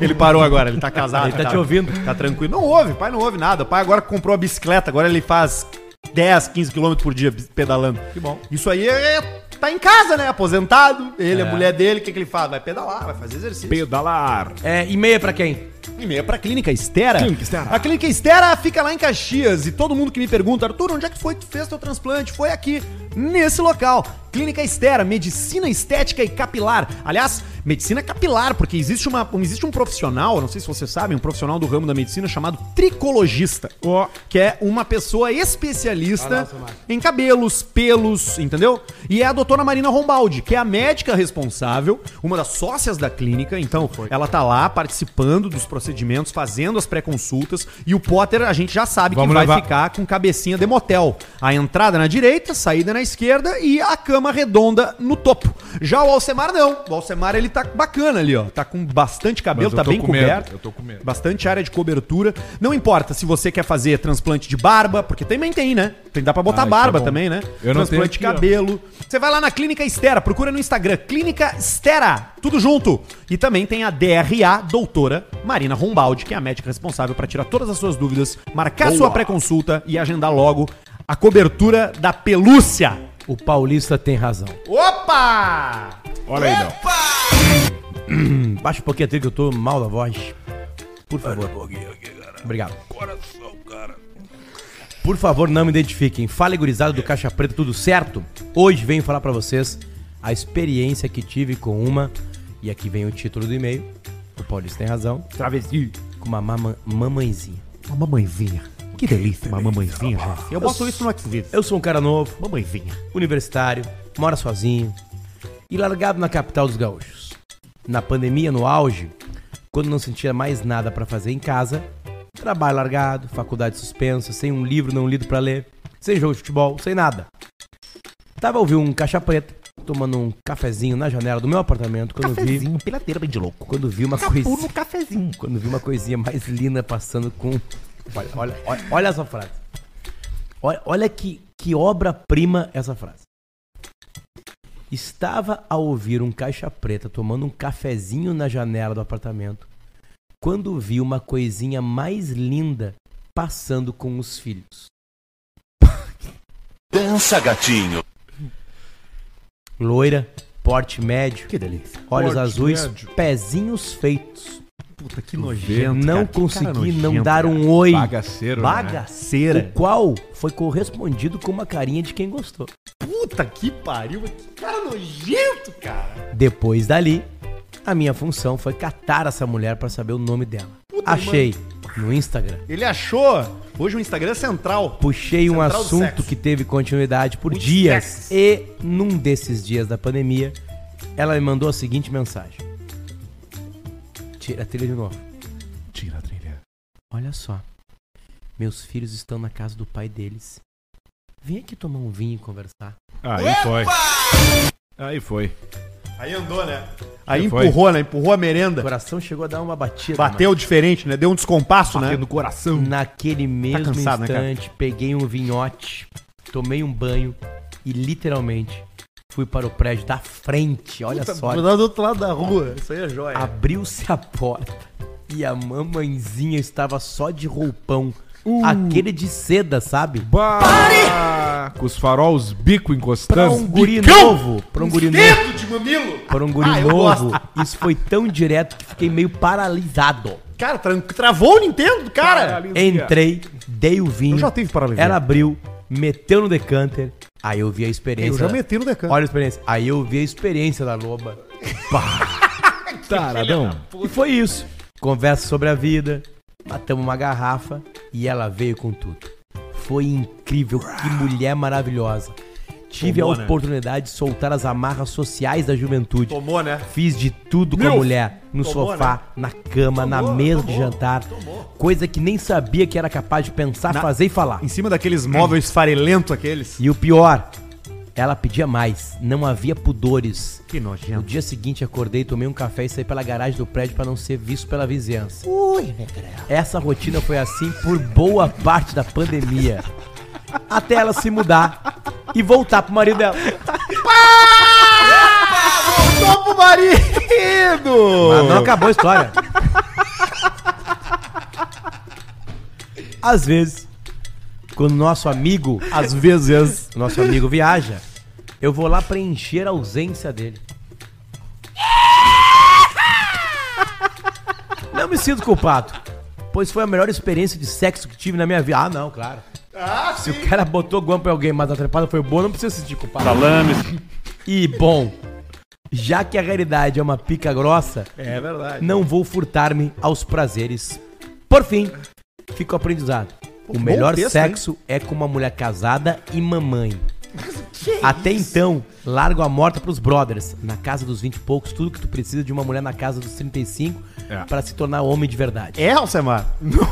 Speaker 2: Ele parou agora, ele tá casado.
Speaker 3: Ele tá te ouvindo.
Speaker 2: Tá tranquilo. Não houve, pai não houve nada. O pai agora comprou a bicicleta, agora ele faz 10, 15 quilômetros por dia bis- pedalando. Que bom. Isso aí é, tá em casa, né? Aposentado. Ele,
Speaker 3: É.
Speaker 2: a mulher dele, o que, que ele faz? Vai pedalar, vai fazer exercício.
Speaker 4: Pedalar.
Speaker 3: É, e-mail pra quem?
Speaker 2: E-mail é pra Clínica Estera.
Speaker 4: Clínica Estera.
Speaker 2: A Clínica Estera fica lá em Caxias e todo mundo que me pergunta, Arthur, onde é que foi que tu fez teu transplante? Foi aqui, nesse local. Clínica Estera, medicina estética e capilar. Aliás, medicina capilar, porque existe, uma, um- existe um profissional, não sei se vocês sabem, um profissional do ramo da medicina chamado tricologista. Que é uma pessoa especialista em cabelos, pelos, entendeu? E é a doutora Marina Rombaldi, que é a médica responsável, uma das sócias da clínica. Então, ela tá lá participando dos procedimentos, fazendo as pré-consultas. E o Potter, a gente já sabe
Speaker 1: Vamos
Speaker 2: que vai
Speaker 1: levar-
Speaker 2: ficar com cabecinha de motel. A entrada na direita, saída na esquerda e a cama redonda no topo. Já o Alcemar não. O Alcemar, ele tá bacana ali, ó. Tá com bastante cabelo,
Speaker 1: Mas eu
Speaker 2: tá
Speaker 1: tô
Speaker 2: bem
Speaker 1: com medo,
Speaker 2: coberto.
Speaker 1: eu tô com medo.
Speaker 2: Bastante área de cobertura. Não importa se você quer fazer transplante de barba, porque também tem, né? Tem, dá pra botar
Speaker 1: Ah, isso
Speaker 2: barba
Speaker 1: é bom.
Speaker 2: também, né?
Speaker 1: Eu não tenho
Speaker 2: transplante
Speaker 1: aqui,
Speaker 2: de
Speaker 1: ó.
Speaker 2: cabelo. Você vai lá na Clínica Estera, procura no Instagram, Clínica Estera, tudo junto. E também tem a DRA, doutora Marina Rombaldi, que é a médica responsável pra tirar todas as suas dúvidas, marcar sua pré-consulta e agendar logo a cobertura da pelúcia.
Speaker 3: O paulista tem razão.
Speaker 2: Opa!
Speaker 4: Olha aí, não.
Speaker 3: Baixa um pouquinho a trilha que eu tô mal da voz. Por favor. Obrigado. Coração, cara. Por favor, não me identifiquem. Fala, gurizada do Caixa Preta, tudo certo? Hoje venho falar pra vocês a experiência que tive com uma, e aqui vem o título do e-mail, o Paulista tem razão,
Speaker 4: Travesti.
Speaker 3: com uma mama- mamãezinha.
Speaker 2: Uma mamãezinha. Que delícia, uma mamãezinha, gente. Eu boto isso no Xvideos.
Speaker 3: Eu sou um cara novo,
Speaker 2: Mamãezinha.
Speaker 3: universitário, mora sozinho e largado na capital dos gaúchos. Na pandemia, no auge, quando não sentia mais nada pra fazer em casa, trabalho largado, faculdade suspensa, sem um livro não lido pra ler, sem jogo de futebol, sem nada. Tava ouvindo um caixa preta, tomando um cafezinho na janela do meu apartamento quando vi,
Speaker 2: piladeira bem de louco. Tá
Speaker 3: quando vi uma coisinha,
Speaker 2: cafezinho.
Speaker 3: quando vi uma coisinha mais linda passando com Olha, olha, olha, olha essa frase. Olha, olha que, que obra-prima essa frase. Estava a ouvir um caixa preta tomando um cafezinho na janela do apartamento quando vi uma coisinha mais linda passando com os filhos.
Speaker 6: Dança, gatinho.
Speaker 3: Loira, porte médio,
Speaker 2: Que delícia.
Speaker 3: olhos
Speaker 1: Porte
Speaker 3: azuis,
Speaker 1: médio.
Speaker 3: pezinhos feitos.
Speaker 2: Puta, que nojento.
Speaker 3: não
Speaker 2: cara. Que
Speaker 3: consegui
Speaker 2: cara nojento,
Speaker 3: não dar
Speaker 2: cara.
Speaker 3: um oi.
Speaker 1: Bagaceiro. né?
Speaker 2: Bagaceira.
Speaker 3: O qual foi correspondido com uma carinha de quem gostou.
Speaker 2: Puta que pariu. mas Que cara nojento, cara.
Speaker 3: Depois dali, a minha função foi catar essa mulher pra saber o nome dela. Achei no Instagram.
Speaker 2: Ele achou. Hoje o Instagram é central.
Speaker 3: Puxei um
Speaker 2: Central do
Speaker 3: assunto
Speaker 2: sexo.
Speaker 3: que teve continuidade por
Speaker 2: Muito
Speaker 3: dias.
Speaker 2: sexo.
Speaker 3: E num desses dias da pandemia, ela me mandou a seguinte mensagem. Tira a trilha de novo.
Speaker 1: Tira a trilha.
Speaker 3: Olha só. Meus filhos estão na casa do pai deles. Vem aqui tomar um vinho e conversar.
Speaker 1: Aí foi. Aí foi.
Speaker 2: Aí andou, né? Aí
Speaker 1: Já foi.
Speaker 2: empurrou, né? Empurrou a
Speaker 3: O
Speaker 2: merenda.
Speaker 3: coração chegou a dar uma batida.
Speaker 2: Bateu diferente, né? Deu um descompasso, né?
Speaker 4: Batendo coração.
Speaker 3: Naquele mesmo
Speaker 2: cansado, né, cara?
Speaker 3: instante, peguei um vinhote, tomei um banho e literalmente fui para o prédio da frente. Olha só,
Speaker 2: Lá do outro lado da rua. Isso aí é joia.
Speaker 3: abriu-se a porta e a mamãezinha estava só de roupão.
Speaker 2: Uh.
Speaker 3: Aquele de seda, sabe?
Speaker 1: Pare! Com os faróis, bico
Speaker 3: Pra
Speaker 1: encostando.
Speaker 3: um guri novo. Pra um guri novo.
Speaker 2: Dedo de mamilo.
Speaker 3: Pra um guri
Speaker 2: Ah, eu
Speaker 3: novo. Isso foi tão direto que fiquei meio paralisado.
Speaker 2: Cara, tran- travou o Nintendo, cara.
Speaker 3: Entrei, dei o vinho.
Speaker 2: Eu já tive paralisia.
Speaker 3: Ela abriu, meteu no decanter. Aí eu vi a experiência.
Speaker 2: Eu já
Speaker 3: da-
Speaker 2: meti no decanter.
Speaker 3: Olha a experiência. Aí eu vi a experiência da loba.
Speaker 1: Taradão.
Speaker 3: E foi isso. Conversa sobre a vida. Matamos uma garrafa e ela veio com tudo. Foi incrível, que mulher maravilhosa. Tive
Speaker 2: Tomou,
Speaker 3: a
Speaker 2: né?
Speaker 3: oportunidade de soltar as amarras sociais da juventude.
Speaker 2: Tomou, né?
Speaker 3: Fiz de tudo com a mulher. No
Speaker 2: tomou, né?
Speaker 3: sofá, na cama, na mesa de jantar. Coisa que nem sabia que era capaz de pensar,
Speaker 2: Na-
Speaker 3: fazer e falar.
Speaker 2: Em cima daqueles móveis farelentos aqueles.
Speaker 3: E o pior, Ela pedia mais, não havia pudores.
Speaker 6: Que
Speaker 3: No
Speaker 6: nojento.
Speaker 3: dia seguinte acordei, tomei um café e saí pela garagem do prédio para não ser visto pela vizinhança. Ui, Essa rotina foi assim por boa parte da pandemia. Até ela se mudar e voltar pro marido dela.
Speaker 6: Topo marido!
Speaker 3: Mas não acabou a história. Às vezes, quando nosso amigo,
Speaker 6: Às vezes.
Speaker 3: nosso amigo viaja, eu vou lá preencher a ausência dele. Não me sinto culpado, pois foi a melhor experiência de sexo que tive na minha vida. Ah, não, claro. Se o cara botou guampa em alguém, mas a trepada foi boa, não precisa se sentir culpado.
Speaker 7: Salames.
Speaker 3: E bom, já que a realidade é uma pica grossa,
Speaker 6: É verdade.
Speaker 3: não vou furtar-me aos prazeres. Por fim, fica o aprendizado. O
Speaker 6: bom
Speaker 3: melhor
Speaker 6: texto,
Speaker 3: sexo é com uma mulher casada e mamãe. Até então, largo a morta pros brothers. Na casa dos 20 e poucos, tudo que tu precisa de uma mulher na casa dos 35
Speaker 1: É.
Speaker 3: pra se tornar homem de verdade.
Speaker 6: É, Alcemar?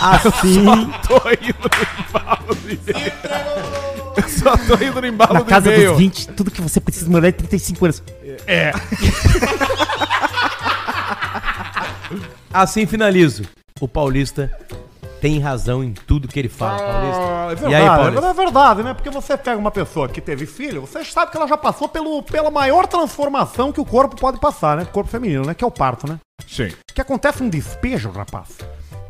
Speaker 3: Assim,
Speaker 1: Tô indo no embalo do e-mail. Eu só tô indo no embalo
Speaker 2: Na
Speaker 1: do
Speaker 2: casa
Speaker 1: e-mail.
Speaker 2: dos 20, tudo que você precisa de mulher de 35 anos.
Speaker 3: assim finalizo. O paulista tem razão em tudo que ele fala,
Speaker 6: É
Speaker 3: paulista.
Speaker 6: verdade,
Speaker 3: e aí, paulista?
Speaker 6: é verdade, né? Porque você pega uma pessoa que teve filho, você sabe que ela já passou pelo, pela maior transformação que o corpo pode passar, né? O corpo feminino, né? Que é o parto, né?
Speaker 1: Sim.
Speaker 6: Que acontece um despejo, rapaz,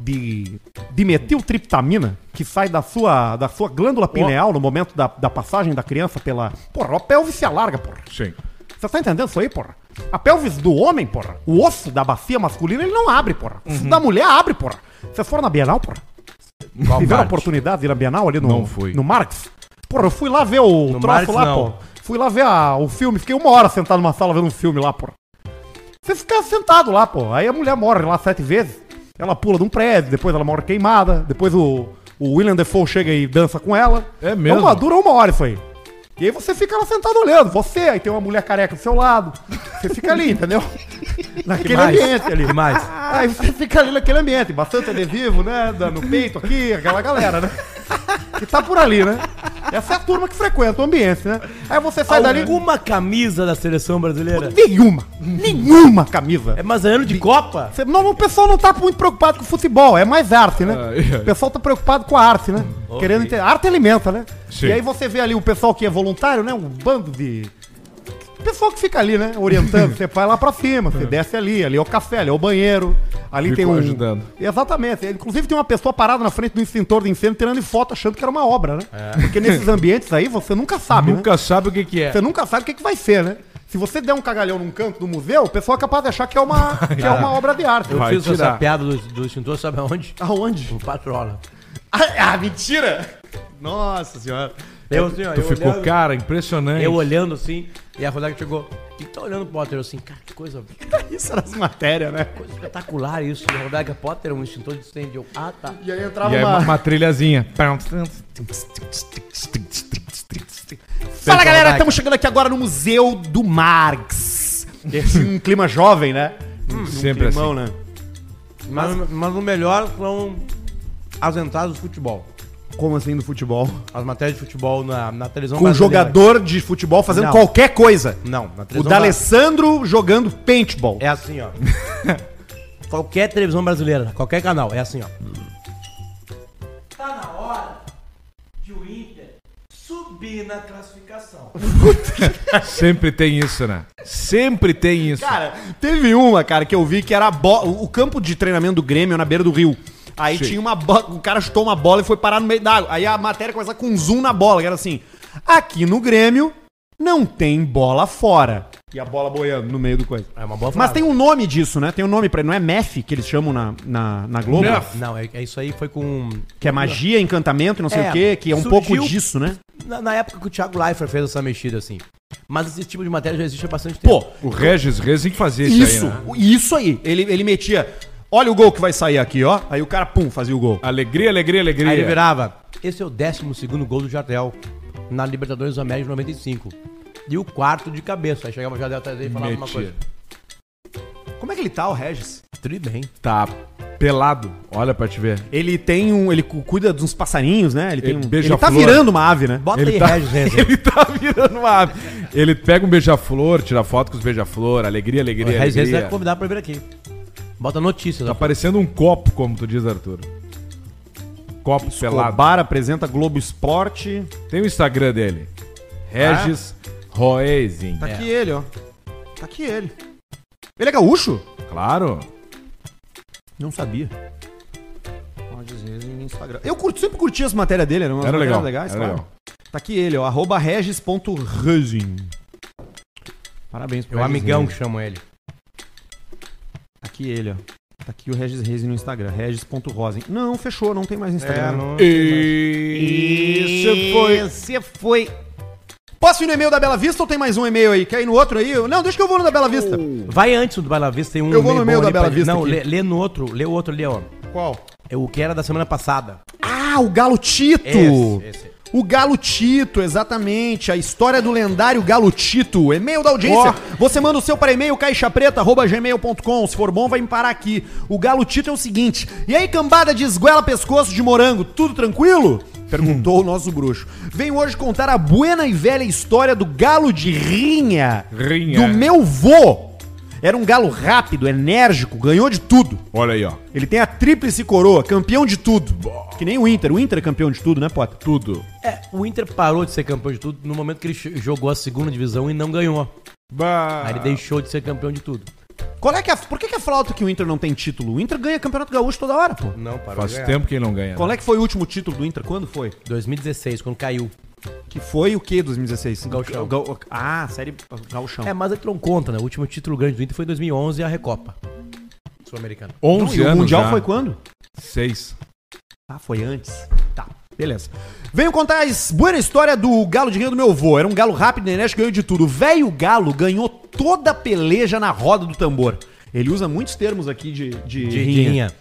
Speaker 6: de, de metiltriptamina que sai da sua, da sua glândula pineal no momento da, da passagem da criança pela. Porra, a pelve se alarga, porra.
Speaker 1: Sim.
Speaker 6: Você tá entendendo isso aí, porra? A pelvis do homem, porra, o osso da bacia masculina, ele não abre, porra. O osso da mulher abre, porra. Você for na Bienal, porra?
Speaker 3: Qual
Speaker 6: Tiveram a
Speaker 3: parte?
Speaker 6: oportunidade de ir na Bienal ali no,
Speaker 1: Não fui.
Speaker 6: no Marx? Porra, eu fui lá ver o
Speaker 3: No
Speaker 6: troço
Speaker 3: Marx,
Speaker 6: lá,
Speaker 3: não.
Speaker 6: pô. Fui lá ver a- o filme, fiquei uma hora sentado numa sala vendo um filme lá, porra. Você fica sentado lá, pô. Aí a mulher morre lá sete vezes. Ela pula de um prédio, depois ela morre queimada, depois o, o William Defoe chega e dança com ela.
Speaker 1: É mesmo?
Speaker 6: Uma, dura uma hora isso aí. E aí você fica lá sentado olhando, você, aí tem uma mulher careca do seu lado. Você fica ali, entendeu? Naquele
Speaker 3: mais?
Speaker 6: ambiente ali. Tá
Speaker 3: Que mais?
Speaker 6: Aí você fica ali naquele ambiente, bastante adesivo, né? da- No peito aqui, aquela galera, né? Que tá por ali, né? Essa é a turma que frequenta o ambiente, né? Aí você sai dali com
Speaker 3: Alguma camisa da seleção brasileira?
Speaker 6: nenhuma, nenhuma camisa.
Speaker 3: É mas é ano de Copa?
Speaker 6: Você- Não, o pessoal não tá muito preocupado com o futebol, é mais arte, né? O pessoal tá preocupado com a arte, né? Querendo entender. Arte alimenta, né?
Speaker 1: Uhum. Sim.
Speaker 6: E aí você vê ali o pessoal que é voluntário, né? Um bando de. Pessoal que fica ali, né? Orientando. você vai lá pra cima, você desce ali, ali é o café, ali é o banheiro. Ali
Speaker 1: Ficou
Speaker 6: tem um.
Speaker 1: ajudando.
Speaker 6: Exatamente. Inclusive tem uma pessoa parada na frente do extintor de incêndio tirando foto achando que era uma obra, né? Porque nesses ambientes aí você nunca sabe, né?
Speaker 1: É. Nunca sabe o que, que é.
Speaker 6: Você nunca sabe o que, que vai ser, né? Se você der um cagalhão num canto do museu, o pessoal é capaz de achar que é uma, que é uma obra de arte.
Speaker 3: Eu
Speaker 1: Vai
Speaker 3: fiz essa
Speaker 1: tirar.
Speaker 3: piada do, do extintor, sabe aonde?
Speaker 6: Aonde?
Speaker 3: O patrola.
Speaker 6: Ah, ah, mentira! Nossa senhora.
Speaker 3: Eu assim, ó,
Speaker 1: Tu
Speaker 3: eu
Speaker 1: ficou,
Speaker 3: olhando,
Speaker 1: cara, impressionante.
Speaker 3: eu olhando assim, e a Rodaica chegou. E tá olhando o Potter eu assim, cara, que coisa, que
Speaker 6: Isso era as matérias, né?
Speaker 3: coisa espetacular isso. E a Rodaica Potter, um extintor de incêndio. Eu, Ah, tá.
Speaker 6: E aí entrava
Speaker 1: E aí uma,
Speaker 6: uma...
Speaker 1: uma trilhazinha.
Speaker 6: Fala galera,
Speaker 3: Rodaica.
Speaker 6: estamos chegando aqui agora no Museu do Marx. Esse um clima jovem, né?
Speaker 1: Sempre assim.
Speaker 6: né?
Speaker 3: Mas, mas o melhor são as entradas do futebol.
Speaker 6: Como assim do futebol?
Speaker 3: As matérias de futebol na, na televisão
Speaker 6: Com um
Speaker 3: brasileira.
Speaker 6: jogador de futebol fazendo
Speaker 3: Não.
Speaker 6: qualquer coisa.
Speaker 3: Não, na
Speaker 6: O
Speaker 3: televisão bra-
Speaker 6: D'Alessandro jogando paintball.
Speaker 3: É assim, ó. qualquer televisão brasileira, qualquer canal, é assim, ó. Tá na hora de o Inter subir na classificação. né?
Speaker 1: Sempre tem isso, né? Sempre tem isso.
Speaker 6: Cara, teve uma, cara, que eu vi que era a bo- o campo de treinamento do Grêmio é na beira do rio. Aí tinha uma bola, o cara chutou uma bola e foi parar no meio da água. Aí a matéria começa com um zoom na bola, que era assim: aqui no Grêmio não tem bola fora. E a bola boiando no meio do coisa.
Speaker 3: É uma boa
Speaker 6: Mas
Speaker 3: frase.
Speaker 6: tem um nome disso, né? Tem um nome pra ele, não é MEF que eles chamam na, na, na Globo?
Speaker 1: Mef.
Speaker 3: Não, é, é isso aí foi com.
Speaker 6: um- Que é magia, encantamento, não sei
Speaker 3: É,
Speaker 6: o quê, que é um
Speaker 3: surgiu-
Speaker 6: pouco disso, né?
Speaker 3: Na, na época que o Thiago Leifert fez essa mexida assim. Mas esse tipo de matéria já existe há bastante tempo.
Speaker 6: Pô,
Speaker 1: O Regis Reis tem que fazer isso,
Speaker 6: isso,
Speaker 1: aí, né?
Speaker 6: isso aí. Ele, ele metia, olha o gol que vai sair aqui, ó. Aí o cara, pum, fazia o gol.
Speaker 1: Alegria, alegria, alegria.
Speaker 3: aí ele virava. Esse é o 12 gol do Jardel na Libertadores da América de 95. E o quarto de cabeça. Aí chegava o Jardel atrás dele e falava uma
Speaker 1: Metia.
Speaker 3: coisa.
Speaker 6: Como é que ele tá, o Regis?
Speaker 3: Tudo bem.
Speaker 1: Tá Pelado. Olha pra te ver.
Speaker 2: Ele tem um. Ele cu- cuida de uns passarinhos, né? Ele, tem
Speaker 1: Ele
Speaker 2: um,
Speaker 1: beija
Speaker 2: ele tá
Speaker 1: a flor.
Speaker 2: virando uma ave, né?
Speaker 3: Bota
Speaker 1: Ele
Speaker 3: aí,
Speaker 1: tá-
Speaker 3: Regis Renzo.
Speaker 1: Ele tá virando uma ave. Ele pega um beija-flor, tira foto com os beija-flor, alegria,
Speaker 3: O
Speaker 1: alegria,
Speaker 3: Regis Renzo é
Speaker 1: alegria.
Speaker 3: convidado pra vir aqui. Bota notícias.
Speaker 1: Tá
Speaker 3: ó.
Speaker 1: parecendo um copo, como tu diz, Arthur. Copo pelado.
Speaker 2: Escobar apresenta Globo Esporte.
Speaker 1: Tem o Instagram dele. Regis Roezin.
Speaker 2: Tá aqui ele, ó. Tá aqui ele. Ele é gaúcho?
Speaker 1: Claro.
Speaker 2: Não sabia. Pode dizer no Instagram. Eu curti- sempre curti as matérias dele, eram umas
Speaker 1: Era
Speaker 2: matérias
Speaker 1: legal.
Speaker 2: legais,
Speaker 1: era
Speaker 2: claro.
Speaker 1: legal.
Speaker 2: Tá aqui ele, ó. Arroba regis.resin. Parabéns
Speaker 3: É
Speaker 2: pro
Speaker 3: o
Speaker 2: Regis
Speaker 3: amigão
Speaker 2: Reis.
Speaker 3: que chama ele.
Speaker 2: Tá aqui ele, ó. Tá aqui o Regis Resin no Instagram. Regis.rosin. Não, fechou, não tem mais
Speaker 3: É,
Speaker 2: Instagram. né?
Speaker 1: Isso foi.
Speaker 2: Você foi. Posso ir no e-mail da Bela Vista ou tem mais um e-mail aí? Quer ir no outro aí? Não, deixa que eu vou no da Bela Vista.
Speaker 3: Vai antes do Bela Vista, tem um
Speaker 2: Eu vou no
Speaker 3: bom
Speaker 2: meio da
Speaker 3: ali
Speaker 2: Bela
Speaker 3: pra-
Speaker 2: Vista
Speaker 3: Não,
Speaker 2: aqui.
Speaker 3: lê, lê no outro, lê o outro ali, ó.
Speaker 2: Qual?
Speaker 3: É o que era da semana passada.
Speaker 2: Ah, o Galo Tito!
Speaker 3: Esse, esse.
Speaker 2: O Galo Tito, exatamente. A história do lendário Galo Tito. E-mail da audiência. Você manda o seu para e-mail caixapreta.gmail.com. Se for bom, vai me parar aqui. O Galo Tito é o seguinte. E aí, cambada de esguela pescoço de morango, tudo tranquilo? Perguntou o nosso bruxo. Venho hoje contar a buena e velha história do Galo de Rinha.
Speaker 1: Rinha.
Speaker 2: Do meu vô. Era um galo rápido, enérgico, ganhou de tudo.
Speaker 1: Olha aí, ó.
Speaker 2: Ele tem a tríplice coroa, campeão de tudo. Que nem o Inter. O Inter é campeão de tudo, né, Potter?
Speaker 1: Tudo.
Speaker 3: É, o Inter parou de ser campeão de tudo no momento que ele ch- jogou a segunda divisão e não ganhou. Aí ele deixou de ser campeão de tudo.
Speaker 2: Qual é que é, a- por que, que é flauta que o Inter não tem título? O Inter ganha campeonato gaúcho toda hora, pô.
Speaker 3: Não, parou.
Speaker 1: Faz tempo que ele não ganha. né?
Speaker 2: Qual é que foi o último título do Inter? Quando foi?
Speaker 3: 2016, quando caiu.
Speaker 2: Que foi o quê, 2016?
Speaker 3: Gauchão.
Speaker 2: O Gau- Ah, série Gauchão.
Speaker 3: É, mas ele não conta, né? O último título grande do Inter foi em 2011, a Recopa. Sul-Americana.
Speaker 1: 11
Speaker 2: e
Speaker 1: anos.
Speaker 2: o Mundial
Speaker 1: já.
Speaker 2: foi quando?
Speaker 1: Seis.
Speaker 2: Ah, foi antes. Tá, beleza. Venho contar a his- boa história do galo de rinha do meu avô. Era um galo rápido, enérgico, ganhou de tudo. O velho galo ganhou toda a peleja na roda do tambor. Ele usa muitos termos aqui de, de,
Speaker 3: De
Speaker 2: rinha.
Speaker 3: rinha.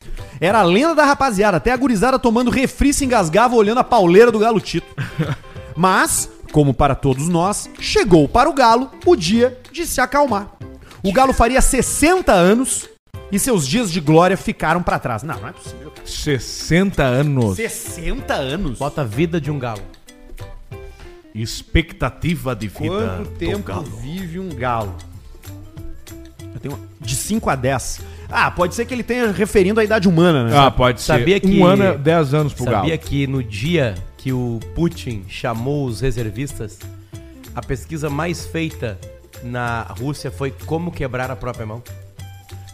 Speaker 2: Era a lenda da rapaziada. Até a gurizada tomando refri se engasgava olhando a pauleira do galo Tito. Mas, como para todos nós, chegou para o galo o dia de se acalmar. O galo faria 60 anos e seus dias de glória ficaram para trás. Não, não é possível.
Speaker 1: 60 anos.
Speaker 2: 60 anos?
Speaker 3: Bota a vida de um galo.
Speaker 1: Expectativa de
Speaker 6: É.
Speaker 1: vida.
Speaker 2: Quanto tempo vive um galo? Eu tenho uma- de 5 a 10. Ah, pode ser que ele tenha referindo à idade humana, né?
Speaker 1: Ah, pode ser.
Speaker 3: Sabia que-
Speaker 1: Um ano, é 10 anos pro
Speaker 3: Sabia
Speaker 1: Galo.
Speaker 3: que no dia que o Putin chamou os reservistas, a pesquisa mais feita na Rússia foi como quebrar a própria mão?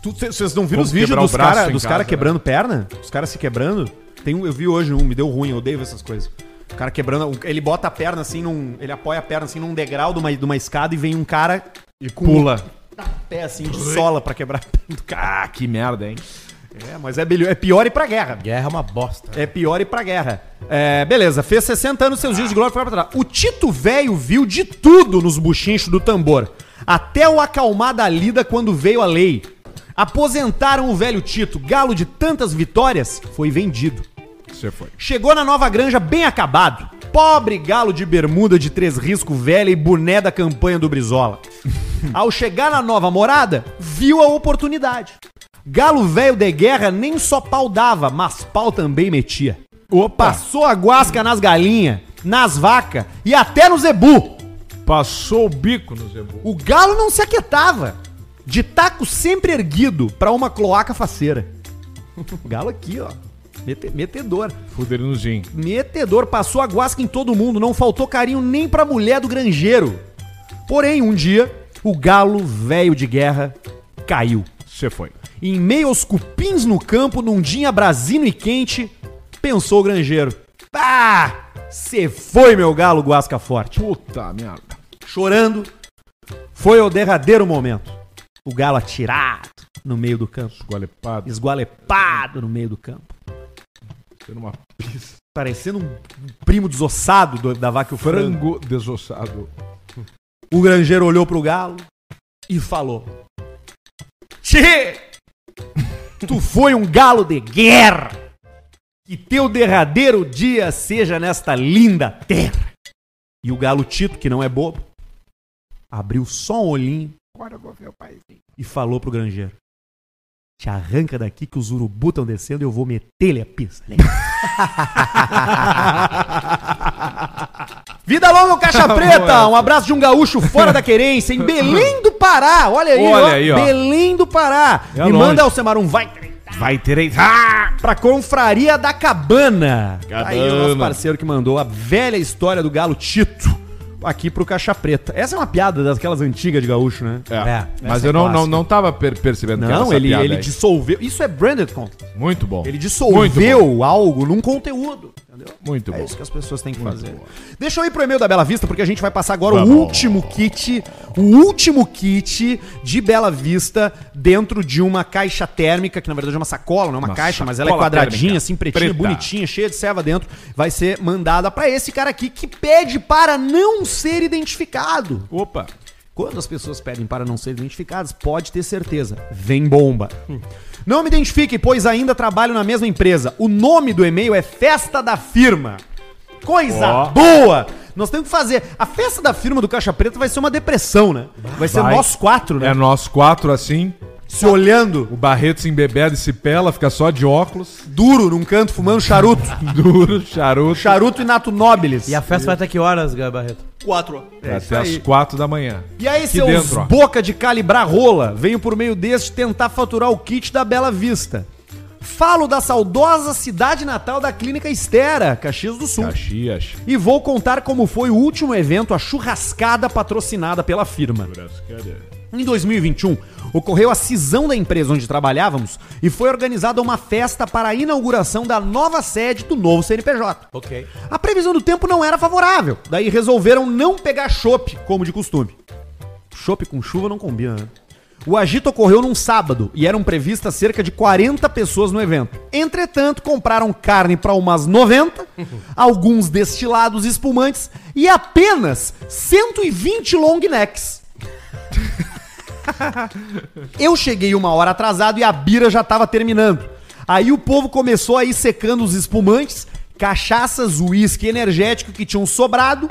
Speaker 2: Tu- cê- Vocês não viram
Speaker 1: Vamos
Speaker 2: os vídeos
Speaker 1: quebrar o
Speaker 2: dos
Speaker 1: braço
Speaker 2: caras
Speaker 1: em
Speaker 2: dos
Speaker 1: casa,
Speaker 2: cara
Speaker 1: né?
Speaker 2: quebrando perna? Os caras se quebrando? Tem um, eu vi hoje um, me deu ruim, eu odeio essas coisas. O cara quebrando, o- ele bota a perna assim, num, ele apoia a perna assim num degrau de uma, de uma escada e vem um cara
Speaker 1: E pula.
Speaker 2: pé assim de sola pra quebrar a perna do cara.
Speaker 1: Ah, que merda, hein?
Speaker 2: É, mas é, bilho- é pior ir pra guerra.
Speaker 3: Guerra é uma bosta.
Speaker 2: É pior ir pra guerra. É, beleza, fez 60 anos, seus dias de glória ficaram pra trás. O Tito Velho viu de tudo nos buchinchos do tambor. Até o acalmar da lida quando veio a lei. Aposentaram o velho Tito, galo de tantas vitórias, foi vendido.
Speaker 1: Você foi.
Speaker 2: Chegou na nova granja bem acabado. Pobre galo de bermuda de três risco velha e boné da campanha do Brizola. Ao chegar na nova morada, viu a oportunidade. Galo velho de guerra nem só pau dava, mas pau também metia. Passou a guasca nas galinhas, nas vacas e até no zebu.
Speaker 1: Passou o bico no Zebu.
Speaker 2: O galo não se aquietava. De taco sempre erguido pra uma cloaca faceira. O galo aqui, ó. mete- Metedor.
Speaker 1: Fuderam no Zin.
Speaker 2: Metedor, passou a guasca em todo mundo, não faltou carinho nem pra mulher do granjeiro. Porém, um dia, o galo velho de guerra caiu.
Speaker 1: Você foi.
Speaker 2: Em meio aos cupins no campo, num dia brasino e quente, pensou o granjeiro. Ah! Cê foi, meu galo guasca forte.
Speaker 1: Puta merda.
Speaker 2: Chorando, foi o derradeiro momento. O galo atirado no meio do campo,
Speaker 1: Esgualepado.
Speaker 2: esgualepado no meio do campo.
Speaker 1: Sendo uma pizza.
Speaker 2: Parecendo um primo desossado do- da vaca e o frango.
Speaker 1: Frango desossado.
Speaker 2: O granjeiro olhou pro galo e falou: Tchê! Tu foi um galo de guerra! Que teu derradeiro dia seja nesta linda terra! E o galo Tito, que não é bobo, abriu só um olhinho e falou pro granjeiro:
Speaker 6: Te arranca daqui que os urubu estão descendo e eu vou meter-lhe a pista.
Speaker 2: Vida longa, ao Caixa Preta! Um abraço de um gaúcho fora da querência, em Belém do Pará. Olha aí,
Speaker 1: Olha aí, ó.
Speaker 2: Belém do Pará.
Speaker 1: É
Speaker 2: e
Speaker 1: longe.
Speaker 2: manda Alcemar um vai
Speaker 1: Vai ter aí. Ah!
Speaker 2: pra Confraria da Cabana. Tá
Speaker 4: Cabana.
Speaker 2: Aí o nosso parceiro que mandou a velha história do galo Tito aqui pro Caixa Preta. Essa é uma piada daquelas antigas de gaúcho, né?
Speaker 1: É,
Speaker 3: É,
Speaker 1: mas
Speaker 3: essa
Speaker 1: eu
Speaker 3: é
Speaker 1: não,
Speaker 3: clássica.
Speaker 1: não, não tava per- percebendo que era
Speaker 2: Não,
Speaker 1: essa
Speaker 2: ele,
Speaker 1: piada
Speaker 2: ele
Speaker 1: aí.
Speaker 2: dissolveu. Isso é branded content.
Speaker 1: Muito bom.
Speaker 2: Ele
Speaker 1: Muito
Speaker 2: dissolveu algo num conteúdo. Entendeu?
Speaker 1: Muito
Speaker 2: É
Speaker 1: bom.
Speaker 2: isso que as pessoas têm que fazer. Deixa eu ir pro e-mail da Bela Vista, porque a gente vai passar agora o
Speaker 1: Vamos.
Speaker 2: último kit, o último kit de Bela Vista dentro de uma caixa térmica, que na verdade é uma sacola, não é uma,
Speaker 1: Uma
Speaker 2: caixa, mas ela é
Speaker 1: sacola
Speaker 2: quadradinha,
Speaker 1: térmica.
Speaker 2: assim, pretinha,
Speaker 1: Preta.
Speaker 2: bonitinha, cheia de serva dentro. Vai ser mandada pra esse cara aqui que pede para não ser identificado.
Speaker 1: Opa.
Speaker 2: Quando as pessoas pedem para não serem identificadas, pode ter certeza, vem bomba. Não me identifique, pois ainda trabalho na mesma empresa. O nome do e-mail é Festa da Firma. Coisa
Speaker 1: Ó.
Speaker 2: boa! Nós temos que fazer. A festa da firma do Caixa Preta vai ser uma depressão, né? Vai ser
Speaker 1: Vai.
Speaker 2: nós quatro, né?
Speaker 1: É nós quatro assim,
Speaker 2: Se olhando,
Speaker 1: o Barreto se embebeda e se pela, fica só de óculos,
Speaker 2: duro, num canto, fumando charuto.
Speaker 1: duro, charuto,
Speaker 2: Charuto e Nato Nobilis.
Speaker 3: E a festa vai até que horas, Gabriel Barreto?
Speaker 2: quatro. É, isso
Speaker 1: até
Speaker 2: aí.
Speaker 1: as quatro da manhã.
Speaker 2: E aí,
Speaker 1: Aqui
Speaker 2: seus
Speaker 1: dentro, ó.
Speaker 2: boca de calibrar rola, venho por meio deste tentar faturar o kit da Bela Vista. Falo da saudosa cidade natal da Clínica Estera, Caxias do Sul.
Speaker 1: Caxias.
Speaker 2: E vou contar como foi o último evento, a churrascada patrocinada pela firma. Em 2021, ocorreu a cisão da empresa onde trabalhávamos e foi organizada uma festa para a inauguração da nova sede do novo CNPJ.
Speaker 3: Ok.
Speaker 2: A previsão do tempo não era favorável, daí resolveram não pegar chopp, como de costume. Chopp com chuva não combina, né? O agito ocorreu num sábado e eram previstas cerca de 40 pessoas no evento. Entretanto, compraram carne para umas 90, alguns destilados e espumantes e apenas 120 long necks. Eu cheguei uma hora atrasado e a bira já tava terminando. Aí o povo começou a ir secando os espumantes, cachaças, uísque energético que tinham sobrado,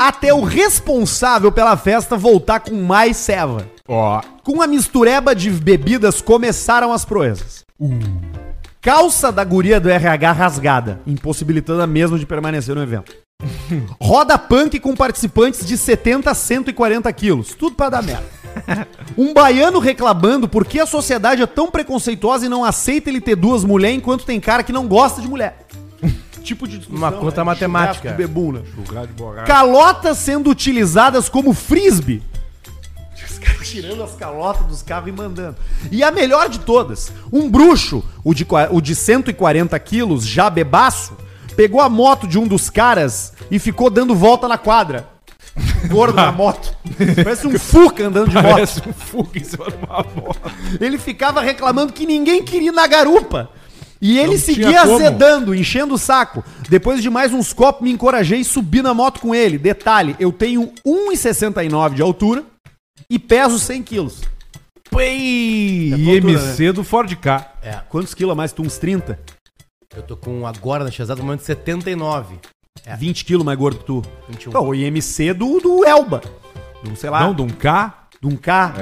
Speaker 2: até o responsável pela festa voltar com mais ceva.
Speaker 1: Ó,
Speaker 2: Com a mistureba de bebidas começaram as proezas. Calça da guria do RH rasgada, impossibilitando a mesma de permanecer no evento. Roda punk com participantes de 70 a 140 quilos. Tudo pra dar merda. Um baiano reclamando por que a sociedade é tão preconceituosa e não aceita ele ter duas mulheres enquanto tem cara que não gosta de mulher. tipo de discussão,
Speaker 3: Uma conta matemática.
Speaker 2: churrasco de bebuna. Calotas sendo utilizadas como frisbee. Os caras tirando as calotas dos carros e mandando. E a melhor de todas, um bruxo, o de, qua- o de 140 quilos, já bebaço, pegou a moto de um dos caras e ficou dando volta na quadra. Gordo na moto. Parece um Fuca andando de moto.
Speaker 1: parece um fuga em cima de uma bola.
Speaker 2: Ele ficava reclamando que ninguém queria ir na garupa. E ele
Speaker 1: Não
Speaker 2: seguia
Speaker 1: tinha como.
Speaker 2: azedando, enchendo o saco. Depois de mais uns copos, me encorajei e subi na moto com ele. Detalhe, eu tenho 1,69 de altura e peso 100 quilos.
Speaker 1: Pei!
Speaker 2: É cultura,
Speaker 1: IMC do Ford K.
Speaker 3: É.
Speaker 2: Quantos quilos a mais? Tu uns 30?
Speaker 3: Eu tô com agora, neste exato momento, 79.
Speaker 2: 20 quilos mais gordo que tu.
Speaker 3: 21.
Speaker 2: Então, o IMC do, do Elba. Do, sei lá,
Speaker 1: Não, de um K.
Speaker 2: de um K.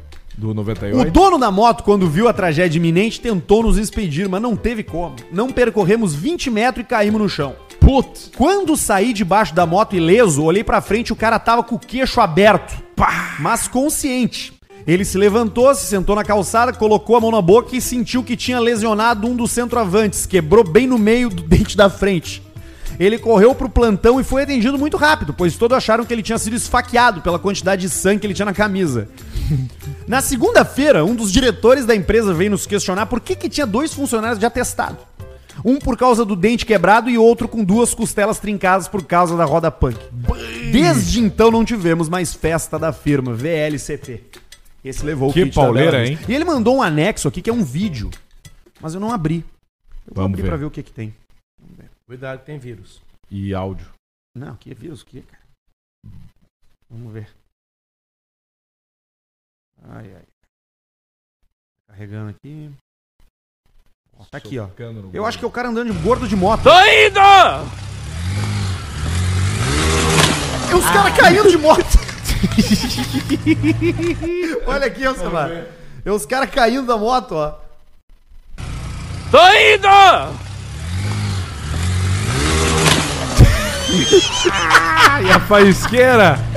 Speaker 1: É. Do
Speaker 2: O
Speaker 1: 98.
Speaker 2: dono da moto, quando viu a tragédia iminente, tentou nos expedir, mas não teve como. Não percorremos 20 metros e caímos no chão.
Speaker 1: Putz.
Speaker 2: Quando saí debaixo da moto ileso, olhei pra frente e o cara tava com o queixo aberto, pá, mas consciente. Ele se levantou, se sentou na calçada, colocou a mão na boca e sentiu que tinha lesionado um dos centroavantes, quebrou bem no meio do dente da frente. Ele correu pro plantão e foi atendido muito rápido, pois todos acharam que ele tinha sido esfaqueado pela quantidade de sangue que ele tinha na camisa. Na segunda-feira, um dos diretores da empresa veio nos questionar por que, que tinha dois funcionários de atestado. Um por causa do dente quebrado e outro com duas costelas trincadas por causa da roda punk. Desde então não tivemos mais festa da firma, VLCP. Esse levou
Speaker 1: Que
Speaker 2: da
Speaker 1: pauleira,
Speaker 2: Bela Vista.
Speaker 1: hein?
Speaker 2: E ele mandou um anexo aqui que é um vídeo. Mas eu não abri. Eu vou
Speaker 1: Vamos
Speaker 2: abrir
Speaker 1: ver.
Speaker 2: pra ver o que que tem.
Speaker 3: Cuidado, tem vírus.
Speaker 1: E áudio.
Speaker 2: Não, que vírus, que, cara? Vamos ver. Ai, ai. Carregando aqui. Ó, tá aqui, ó. Eu acho que é o cara andando de gordo de moto.
Speaker 5: Tô indo!
Speaker 2: E É os
Speaker 1: Ah.
Speaker 2: caras caindo de moto. Olha aqui, ó, Samara. É os caras caindo da moto, ó.
Speaker 5: Tô indo!
Speaker 1: E a faísqueira?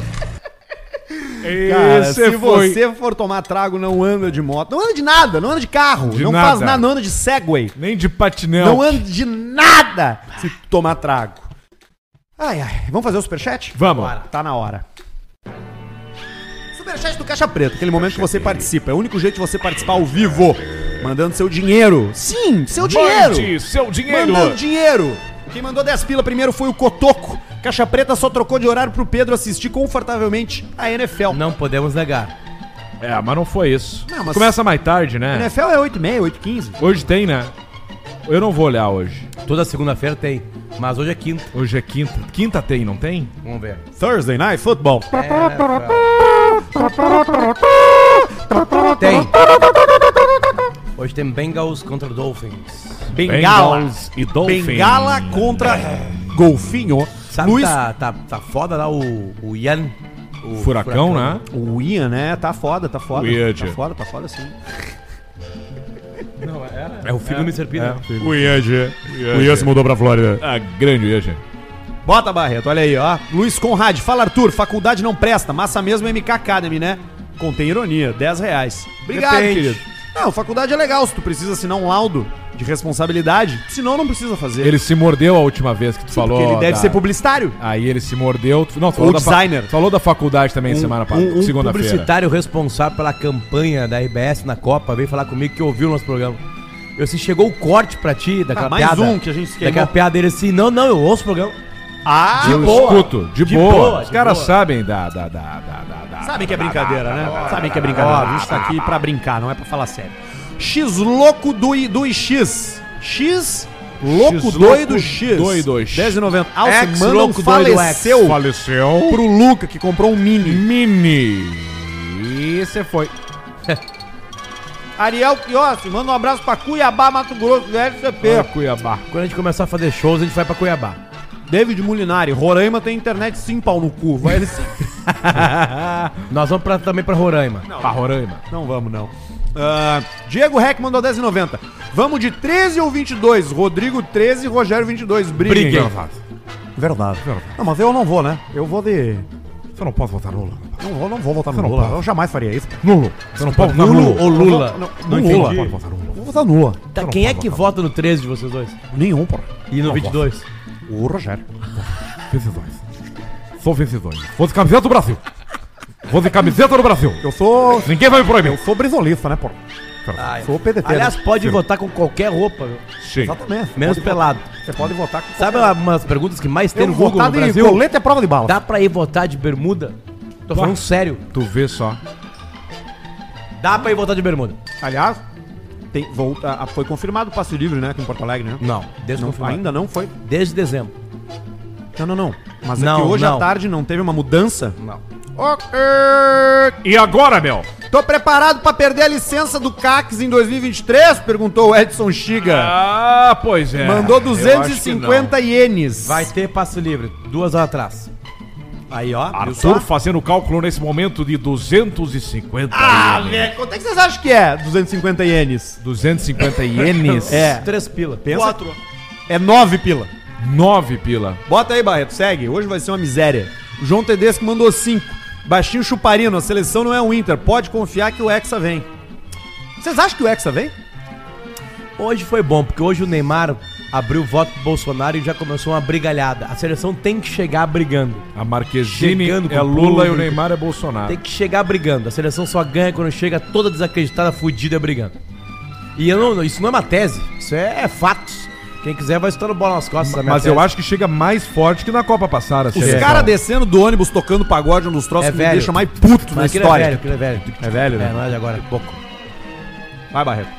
Speaker 2: Cara, se
Speaker 1: Esse foi.
Speaker 2: você for tomar trago, não anda de moto. Não anda de nada, não anda de carro.
Speaker 1: De
Speaker 2: não
Speaker 1: nada.
Speaker 2: faz nada, não anda de Segway.
Speaker 1: Nem de patinel.
Speaker 2: Não anda de nada se tomar trago. Ai, ai. Vamos fazer o superchat?
Speaker 1: Vamos.
Speaker 2: Tá na hora. Superchat do Caixa Preta, aquele momento que você participa. É o único jeito de você participar ao vivo. Mandando seu dinheiro. Sim, seu é dinheiro.
Speaker 1: Mande seu dinheiro.
Speaker 2: Mandando dinheiro. Quem mandou 10 pila primeiro foi o Cotoco. Caixa Preta só trocou de horário pro Pedro assistir confortavelmente a NFL.
Speaker 3: Não podemos negar.
Speaker 1: É, mas não foi isso.
Speaker 2: Não, mas-
Speaker 1: Começa mais tarde,
Speaker 2: A
Speaker 1: né?
Speaker 2: NFL é 8h30, 8h15.
Speaker 1: Hoje tem, né? Eu não vou olhar hoje.
Speaker 3: Toda segunda-feira tem. Mas hoje é quinta.
Speaker 1: Hoje é quinta. Quinta tem, não tem?
Speaker 3: Vamos ver. É,
Speaker 2: Thursday Night Football.
Speaker 3: Tem. Hoje tem Bengals contra Dolphins.
Speaker 2: Bengala. É.
Speaker 1: Bengals e Dolphins.
Speaker 2: Bengala contra Golfinho.
Speaker 3: Sabe
Speaker 2: Luiz.
Speaker 3: tá, tá, tá foda lá o, o Ian? O
Speaker 1: Furacão, né?
Speaker 2: O Ian, né? Tá foda, tá foda.
Speaker 1: Weird.
Speaker 2: Tá foda, tá foda sim.
Speaker 3: É o filho do Mr. P, né?
Speaker 1: O Ian, O Ian se mudou pra Flórida. Ah, grande Ian.
Speaker 2: Bota, Barreto, olha aí, ó. Luiz Conrad, fala Arthur, faculdade não presta, massa mesmo é MK Academy, né? Contém ironia, 10 reais. Obrigado,
Speaker 3: Depende.
Speaker 2: querido. Não, faculdade é legal, se tu precisa assinar um laudo de responsabilidade, senão não precisa fazer.
Speaker 1: Ele se mordeu a última vez que tu
Speaker 2: Sim,
Speaker 1: falou.
Speaker 2: porque ele deve
Speaker 1: da-
Speaker 2: ser publicitário.
Speaker 1: Aí ele se mordeu. Tu- Não, tu
Speaker 2: Ou
Speaker 1: falou da fa-
Speaker 2: designer.
Speaker 1: tu falou da faculdade também semana passada,
Speaker 3: um
Speaker 1: segunda-feira.
Speaker 3: publicitário responsável pela campanha da RBS na Copa veio falar comigo que ouviu o nosso programa. Eu assim, chegou o corte pra ti daquela
Speaker 2: Ah, mais
Speaker 3: piada.
Speaker 2: um que a gente se
Speaker 3: Daquela
Speaker 2: queimou.
Speaker 3: piada ele assim, não, não, eu ouço o programa.
Speaker 2: Ah,
Speaker 1: Eu
Speaker 3: boa.
Speaker 1: escuto, de,
Speaker 3: De
Speaker 1: boa.
Speaker 3: boa,
Speaker 1: Os
Speaker 3: de
Speaker 1: caras
Speaker 3: boa.
Speaker 1: sabem da, da, da, da, da, da-
Speaker 2: Sabem que é brincadeira, né? Sabem que é brincadeira. A gente tá aqui pra brincar, não é pra falar sério. X louco do, I- do X. X louco
Speaker 1: X
Speaker 2: doido
Speaker 1: louco
Speaker 2: X.
Speaker 1: doido X.
Speaker 2: 10,90. Alce
Speaker 3: Ex
Speaker 2: Mandon
Speaker 3: louco doido
Speaker 2: faleceu
Speaker 1: Faleceu.
Speaker 2: pro Luca, que comprou um Mini.
Speaker 1: Mini. E você foi.
Speaker 2: Ariel Kiossi, manda um abraço pra Cuiabá, Mato Grosso, do RCP.
Speaker 1: Pra Cuiabá.
Speaker 3: Quando a gente começar a fazer shows, a gente vai pra Cuiabá.
Speaker 2: David Mulinari, Roraima tem internet sim, pau no cu. Vai ele...
Speaker 3: Nós vamos pra- também pra Roraima.
Speaker 1: Pra Roraima.
Speaker 2: Não vamos, não. Ah, Diego Reck mandou 10,90. Vamos de 13 ou 22? Rodrigo 13, Rogério 22. Briguem.
Speaker 1: Briguem.
Speaker 6: Verdade.
Speaker 2: Não, mas eu não vou, né?
Speaker 6: Eu vou de.
Speaker 1: Você não pode votar Lula.
Speaker 6: Não vou, não vou votar no Lula. Eu jamais faria isso.
Speaker 1: Nulo. Você não pode votar
Speaker 3: Nulo ou Tipo, Lula?
Speaker 2: Não,
Speaker 1: Não
Speaker 2: não
Speaker 1: entendi.
Speaker 2: entendi.
Speaker 6: Vou votar no Lula.
Speaker 3: Tá, quem é que vota no 13 de vocês dois?
Speaker 6: Nenhum, porra.
Speaker 3: E no 22?
Speaker 6: O Rogério.
Speaker 1: Vencedores. Sou vencedores. Vou de camiseta do Brasil. Vou de camiseta do Brasil.
Speaker 6: Eu sou.
Speaker 1: Ninguém vai me proibir.
Speaker 6: Eu sou brizolista, né, porra?
Speaker 3: Ah, é.
Speaker 6: Sou PDT.
Speaker 3: Aliás, pode votar com qualquer roupa, meu.
Speaker 1: Sim.
Speaker 6: exatamente.
Speaker 3: menos
Speaker 6: Pode
Speaker 3: pelado.
Speaker 6: votar- Você pode votar com.
Speaker 3: Sabe umas perguntas que mais tem
Speaker 6: Eu
Speaker 3: no Google
Speaker 6: votar
Speaker 3: no
Speaker 6: de
Speaker 3: Brasil?
Speaker 6: colete é prova de bala.
Speaker 3: Dá pra ir votar de bermuda? Tô falando sério.
Speaker 1: Tu vê só.
Speaker 3: Dá pra ir votar de bermuda?
Speaker 2: Aliás, tem, volta, ah, foi confirmado o passe livre, né? Aqui em Porto Alegre, né?
Speaker 3: Não,
Speaker 2: Não,
Speaker 3: desconfirmado.
Speaker 2: ainda não foi.
Speaker 3: Desde dezembro.
Speaker 2: Não, não, não. Mas é
Speaker 3: Não,
Speaker 2: que hoje
Speaker 3: não.
Speaker 2: à tarde não teve uma mudança.
Speaker 3: Não.
Speaker 1: E agora, meu?
Speaker 2: Tô preparado pra perder a licença do CACs em 2023? Perguntou o Edson Chiga.
Speaker 1: Ah, pois é.
Speaker 2: Mandou
Speaker 1: Eu acho que não.
Speaker 2: 250 ienes.
Speaker 3: Vai ter passe livre, duas horas atrás.
Speaker 2: Aí, ó. viu só?
Speaker 1: Arthur fazendo cálculo nesse momento de 250
Speaker 2: Ah,
Speaker 1: ienes.
Speaker 2: velho. Quanto é que vocês acham que é 250 ienes?
Speaker 1: 250 ienes.
Speaker 2: É.
Speaker 3: Três pila.
Speaker 2: Pensa. É 9 pila.
Speaker 1: 9 pila.
Speaker 2: Bota aí, Barreto, segue. Hoje vai ser uma miséria. O João Tedesco mandou cinco. Baixinho Chuparino, a seleção não é o Inter. Pode confiar que o Hexa vem. Vocês acham que o Hexa vem?
Speaker 3: Hoje foi bom, porque hoje o Neymar abriu o voto pro Bolsonaro e já começou uma brigalhada. A seleção tem que chegar brigando.
Speaker 1: A Marquezine
Speaker 3: Chegando com
Speaker 1: é Lula e o
Speaker 3: público.
Speaker 1: Neymar é Bolsonaro.
Speaker 3: Tem que chegar brigando. A seleção só ganha quando chega toda desacreditada, fudida, brigando. E eu não- isso não é uma tese, isso é fatos. Quem quiser vai estando bola nas costas. essa minha
Speaker 1: Mas eu
Speaker 3: tese.
Speaker 1: acho que chega mais forte que na Copa passada. é
Speaker 2: Os caras descendo do ônibus tocando pagode, um dos troços
Speaker 3: É
Speaker 2: que me
Speaker 3: velho.
Speaker 2: deixa mais puto na
Speaker 3: Mas aquilo é velho,
Speaker 2: história.
Speaker 3: aquilo é velho.
Speaker 2: É velho, né?
Speaker 3: É, não é de agora, é pouco.
Speaker 2: Vai, Barreto.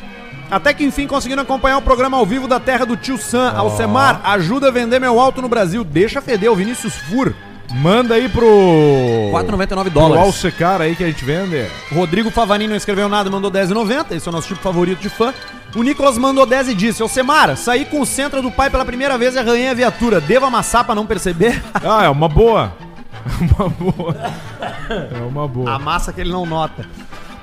Speaker 2: Até que enfim conseguiram acompanhar o programa ao vivo da terra do tio Sam. Alcemar, ajuda a vender meu alto no Brasil. Deixa feder, o Vinícius Fur.
Speaker 1: Manda aí pro.
Speaker 2: 4,99
Speaker 1: pro
Speaker 2: dólares.
Speaker 1: Alce cara aí que a gente vende.
Speaker 2: Rodrigo Favanin não escreveu nada, mandou 10,90. Esse é o nosso tipo favorito de fã. O Nicolas mandou 10 e disse: Ô Semara, saí com o centro do pai pela primeira vez e arranhei a viatura. Devo amassar pra não perceber?
Speaker 1: Ah, é uma boa. É uma boa. É uma boa.
Speaker 2: Amassa que ele não nota.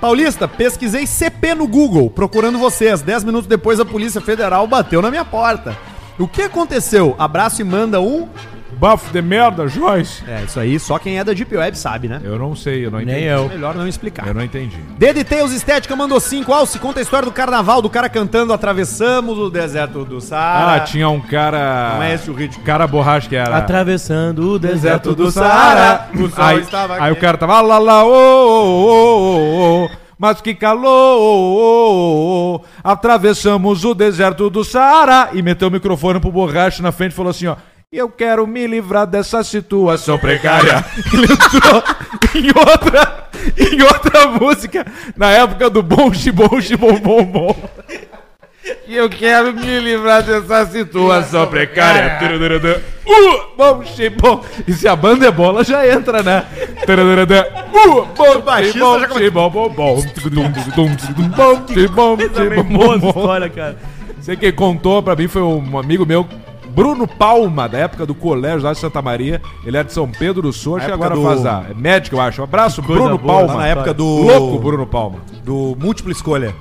Speaker 2: Paulista, pesquisei CP no Google, procurando vocês. Dez minutos depois, a Polícia Federal bateu na minha porta. O que aconteceu? Abraço e manda um.
Speaker 1: Bafo de merda, Joyce.
Speaker 2: É, isso aí, só quem é da Deep Web sabe, né?
Speaker 1: Eu não sei, eu não entendi.
Speaker 3: Nem eu.
Speaker 2: Melhor não explicar.
Speaker 1: Eu não entendi.
Speaker 2: DDTeus Estética mandou cinco. Alce, conta a história do carnaval, do cara cantando Atravessamos o Deserto do
Speaker 1: Ah,
Speaker 2: Saara.
Speaker 1: tinha um cara.
Speaker 2: Não é esse o ritmo.
Speaker 1: Cara borracha que era.
Speaker 3: Atravessando o deserto
Speaker 1: né? Deserto
Speaker 3: do
Speaker 2: Saara, o sol
Speaker 1: aí,
Speaker 2: estava
Speaker 1: aí o
Speaker 2: quente.
Speaker 1: cara tava lá, lá, ô, ô, ô, ô, ô, mas que calor, ô, ô, ô, ô. atravessamos o deserto do Saara e meteu o microfone pro borracho na frente e falou assim, ó, eu quero me livrar dessa situação precária. Ele entrou em outra, em outra música, na época do bom, bom, bom, bom, bom. Eu quero me livrar dessa situação precária. Turururudã. Uh, bom, xi, bom. E se a banda é bola, já entra, né? Turururudã. Uh, bom, xi, bom, xi, bom, bom, bom. Tudum, tudum, tudum, bom, xi, bom, xi, bom, bom, bom.
Speaker 3: cara.
Speaker 1: Você que contou pra mim foi um amigo meu, Bruno Palma, da época do colégio lá de Santa Maria. Ele era de São Pedro do Sul, acho que
Speaker 2: época
Speaker 1: agora
Speaker 2: do-
Speaker 1: faz a. É médico, eu acho. Um abraço, Bruno
Speaker 3: boa,
Speaker 1: Palma.
Speaker 2: Lá na época do.
Speaker 1: Louco, Bruno Palma.
Speaker 2: Do Múltipla Escolha.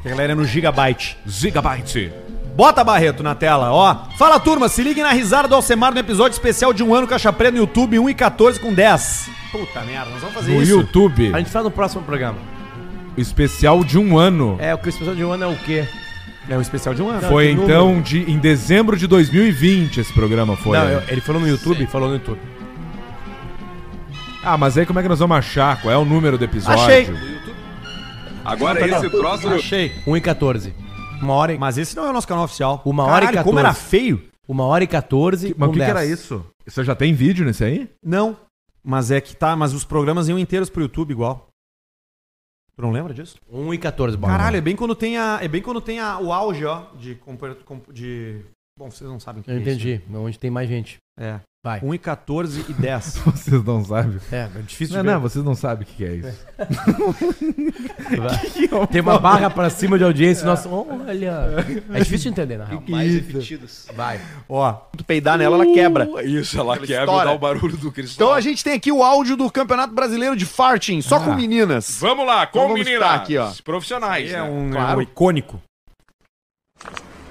Speaker 2: Que a galera é no Gigabyte.
Speaker 1: Gigabyte.
Speaker 2: Bota Barreto na tela, ó. Fala turma, se liguem na risada do Alcemar no episódio especial de um ano Caixa Preta no YouTube 1 e 14 com 10. Puta merda, nós vamos fazer
Speaker 1: No
Speaker 2: isso.
Speaker 1: YouTube,
Speaker 3: A gente faz no próximo programa.
Speaker 1: especial de um ano.
Speaker 3: É, o que o especial de um ano é o quê?
Speaker 2: É um especial de um ano.
Speaker 1: Foi
Speaker 3: que número?
Speaker 1: então de, em dezembro de 2020 esse programa foi.
Speaker 3: Não,
Speaker 1: né?
Speaker 3: eu- ele falou no YouTube? Falou no YouTube.
Speaker 1: Ah, mas aí como é que nós vamos achar? Qual é o número do episódio?
Speaker 2: Achei.
Speaker 8: Agora esse troço.
Speaker 3: Achei. 1 e 14. Uma hora e,
Speaker 2: Mas esse não é o nosso canal oficial.
Speaker 3: Uma hora e
Speaker 2: Caralho, como
Speaker 3: 14.
Speaker 2: era feio?
Speaker 3: uma hora e 14.
Speaker 1: Mas o
Speaker 3: com
Speaker 1: que, que
Speaker 3: 10.
Speaker 1: era isso? Você já tem vídeo nesse aí?
Speaker 2: Não. Mas é que tá, mas os programas iam inteiros pro YouTube igual. Tu não lembra disso?
Speaker 3: 1 e 14, bora.
Speaker 2: Caralho, é bem quando tem a, é bem quando tem a, o auge, ó, de compar- com- de Bom, vocês não sabem o que
Speaker 3: Eu
Speaker 2: é isso.
Speaker 3: entendi. Onde tem mais gente.
Speaker 2: É.
Speaker 3: Vai.
Speaker 2: 1 e 14 e 10.
Speaker 1: Vocês não sabem.
Speaker 3: É, é difícil
Speaker 1: Não,
Speaker 3: de ver.
Speaker 1: não, vocês não sabem o que, que é isso.
Speaker 3: Tem uma barra pra cima de audiência. Nossa, olha. É difícil de entender, na real.
Speaker 8: Mais repetidos.
Speaker 3: Vai.
Speaker 2: ó, tu peidar nela, ela quebra.
Speaker 8: é Isso, ela quebra e
Speaker 2: estoura.
Speaker 8: dá o barulho do
Speaker 2: Então
Speaker 8: cristal.
Speaker 2: a gente tem aqui o áudio do Campeonato Brasileiro de Farting, só com meninas.
Speaker 8: Vamos lá, com
Speaker 2: Então vamos
Speaker 8: meninas.
Speaker 2: estar aqui, ó. é
Speaker 8: Profissionais. né?
Speaker 2: claro. icônico.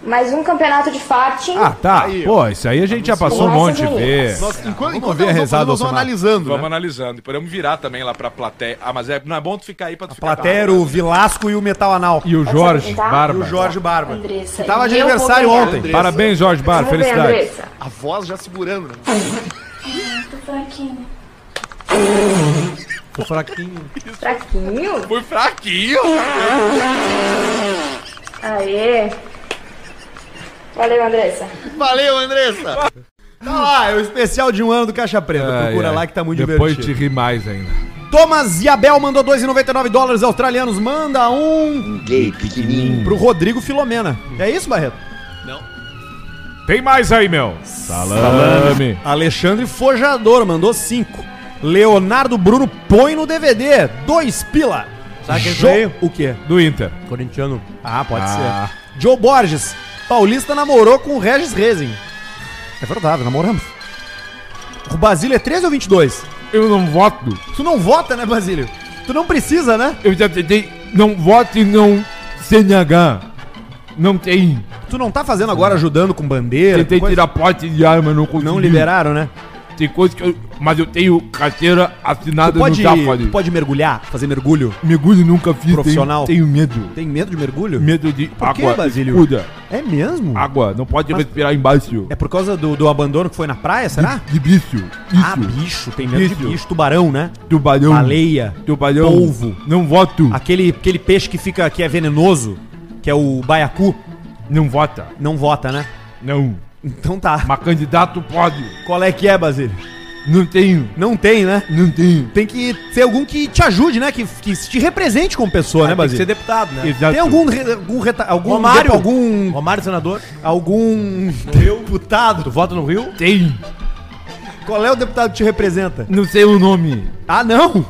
Speaker 9: Mais um campeonato de farting.
Speaker 1: Ah, tá. Pô, isso aí a gente já passou um monte de
Speaker 9: Nossa,
Speaker 1: ver.
Speaker 2: Nós, enquanto
Speaker 8: vamos ouvir
Speaker 2: enquanto
Speaker 8: a
Speaker 2: nós vamos
Speaker 8: rezada
Speaker 2: fazendo, nós
Speaker 8: do
Speaker 2: vamos
Speaker 8: Alcemar.
Speaker 2: analisando.
Speaker 8: Vamos
Speaker 2: né?
Speaker 8: analisando. E podemos virar também lá pra plateia. Ah, mas é, não é bom tu ficar aí pra tu ficar.
Speaker 2: Platero, o Vilasco e o Metal Anal.
Speaker 1: E o
Speaker 9: Pode
Speaker 1: Jorge
Speaker 9: apresentar?
Speaker 2: E o
Speaker 1: Barba.
Speaker 2: Jorge Barba.
Speaker 9: Andressa.
Speaker 2: Que tava de
Speaker 9: Eu vou
Speaker 2: aniversário
Speaker 9: ganhar.
Speaker 2: ontem.
Speaker 8: Andressa.
Speaker 1: Parabéns, Jorge Barba.
Speaker 9: Vamos ver,
Speaker 1: Felicidades.
Speaker 9: Andressa.
Speaker 8: A voz já segurando. né?
Speaker 9: Fraquinho.
Speaker 3: Tô fraquinho.
Speaker 9: Fraquinho?
Speaker 8: Foi fraquinho.
Speaker 9: Aê. Valeu, Andressa.
Speaker 2: Valeu, Andressa! Tá lá, é o especial de um ano do Caixa Preta.
Speaker 1: Ai,
Speaker 2: Procura
Speaker 1: ai.
Speaker 2: lá que tá muito
Speaker 1: Depois
Speaker 2: divertido.
Speaker 1: te ri mais ainda.
Speaker 2: Thomas Yabel mandou 2,99 dólares australianos. Manda um
Speaker 10: gay pequenininho.
Speaker 2: pro Rodrigo Filomena. É isso, Barreto?
Speaker 1: Tem mais aí, meu. Salame.
Speaker 2: Alexandre Fojador mandou 5. Leonardo Bruno põe no DVD. 2 pila.
Speaker 3: Sabe quem
Speaker 2: Jo-
Speaker 3: veio?
Speaker 2: O quê?
Speaker 1: Do Inter.
Speaker 3: Corintiano.
Speaker 2: Ah, pode
Speaker 1: Ah.
Speaker 2: ser. Joe Borges. Paulista namorou com o Regis Rezin. É verdade, namoramos. O Basílio é 13 ou 22?
Speaker 1: Eu não voto.
Speaker 2: Tu não vota, né, Basílio? Tu não precisa, né?
Speaker 1: Eu já tentei. Não vote não CNH. Não tem.
Speaker 2: Tu não tá fazendo agora ajudando com bandeira?
Speaker 1: Tentei
Speaker 2: com coisa?
Speaker 1: tirar pote de arma, não consegui.
Speaker 2: Não liberaram, né?
Speaker 1: Tem coisa que eu. Mas eu tenho carteira assinada
Speaker 2: Tu pode,
Speaker 1: no Safari.
Speaker 2: tu pode mergulhar, fazer mergulho.
Speaker 1: Mergulho nunca fiz.
Speaker 2: Profissional.
Speaker 1: Tenho, tenho medo.
Speaker 2: Tem medo de mergulho?
Speaker 1: Medo de
Speaker 2: quê,
Speaker 1: água.
Speaker 2: Basílio?
Speaker 1: escura.
Speaker 2: É mesmo?
Speaker 1: Água. Não pode
Speaker 2: Mas-
Speaker 1: respirar embaixo.
Speaker 2: É por causa do, do abandono que foi na praia, será?
Speaker 1: De bicho. Isso.
Speaker 2: Ah, bicho, tem medo de
Speaker 1: Bicho.
Speaker 2: bicho, tubarão, né?
Speaker 1: Tubarão.
Speaker 2: Baleia,
Speaker 1: Tubarão.
Speaker 2: polvo.
Speaker 1: é um
Speaker 2: Ah.
Speaker 1: Não voto.
Speaker 2: Aquele, aquele peixe que fica, que é venenoso, que é o baiacu,
Speaker 1: Não vota.
Speaker 2: não vota, né?
Speaker 1: Não.
Speaker 2: Então tá.
Speaker 1: Mas candidato pode.
Speaker 2: Qual é que é, Basílio?
Speaker 1: Não tenho.
Speaker 2: Não tem, né?
Speaker 1: Não tenho.
Speaker 2: Tem que ter algum que te ajude, né? Que, que te represente como pessoa, né,
Speaker 3: Tem que ser
Speaker 2: Basílio?
Speaker 3: deputado, né?
Speaker 1: Exato.
Speaker 2: Tem algum re- algum reta- algum
Speaker 3: Romário.
Speaker 2: algum
Speaker 3: Romário, senador.
Speaker 2: algum
Speaker 3: Tu
Speaker 2: deputado?
Speaker 3: vota no Rio?
Speaker 1: Tem.
Speaker 2: Qual é o deputado que te representa?
Speaker 1: Não sei o nome.
Speaker 2: Ah, não.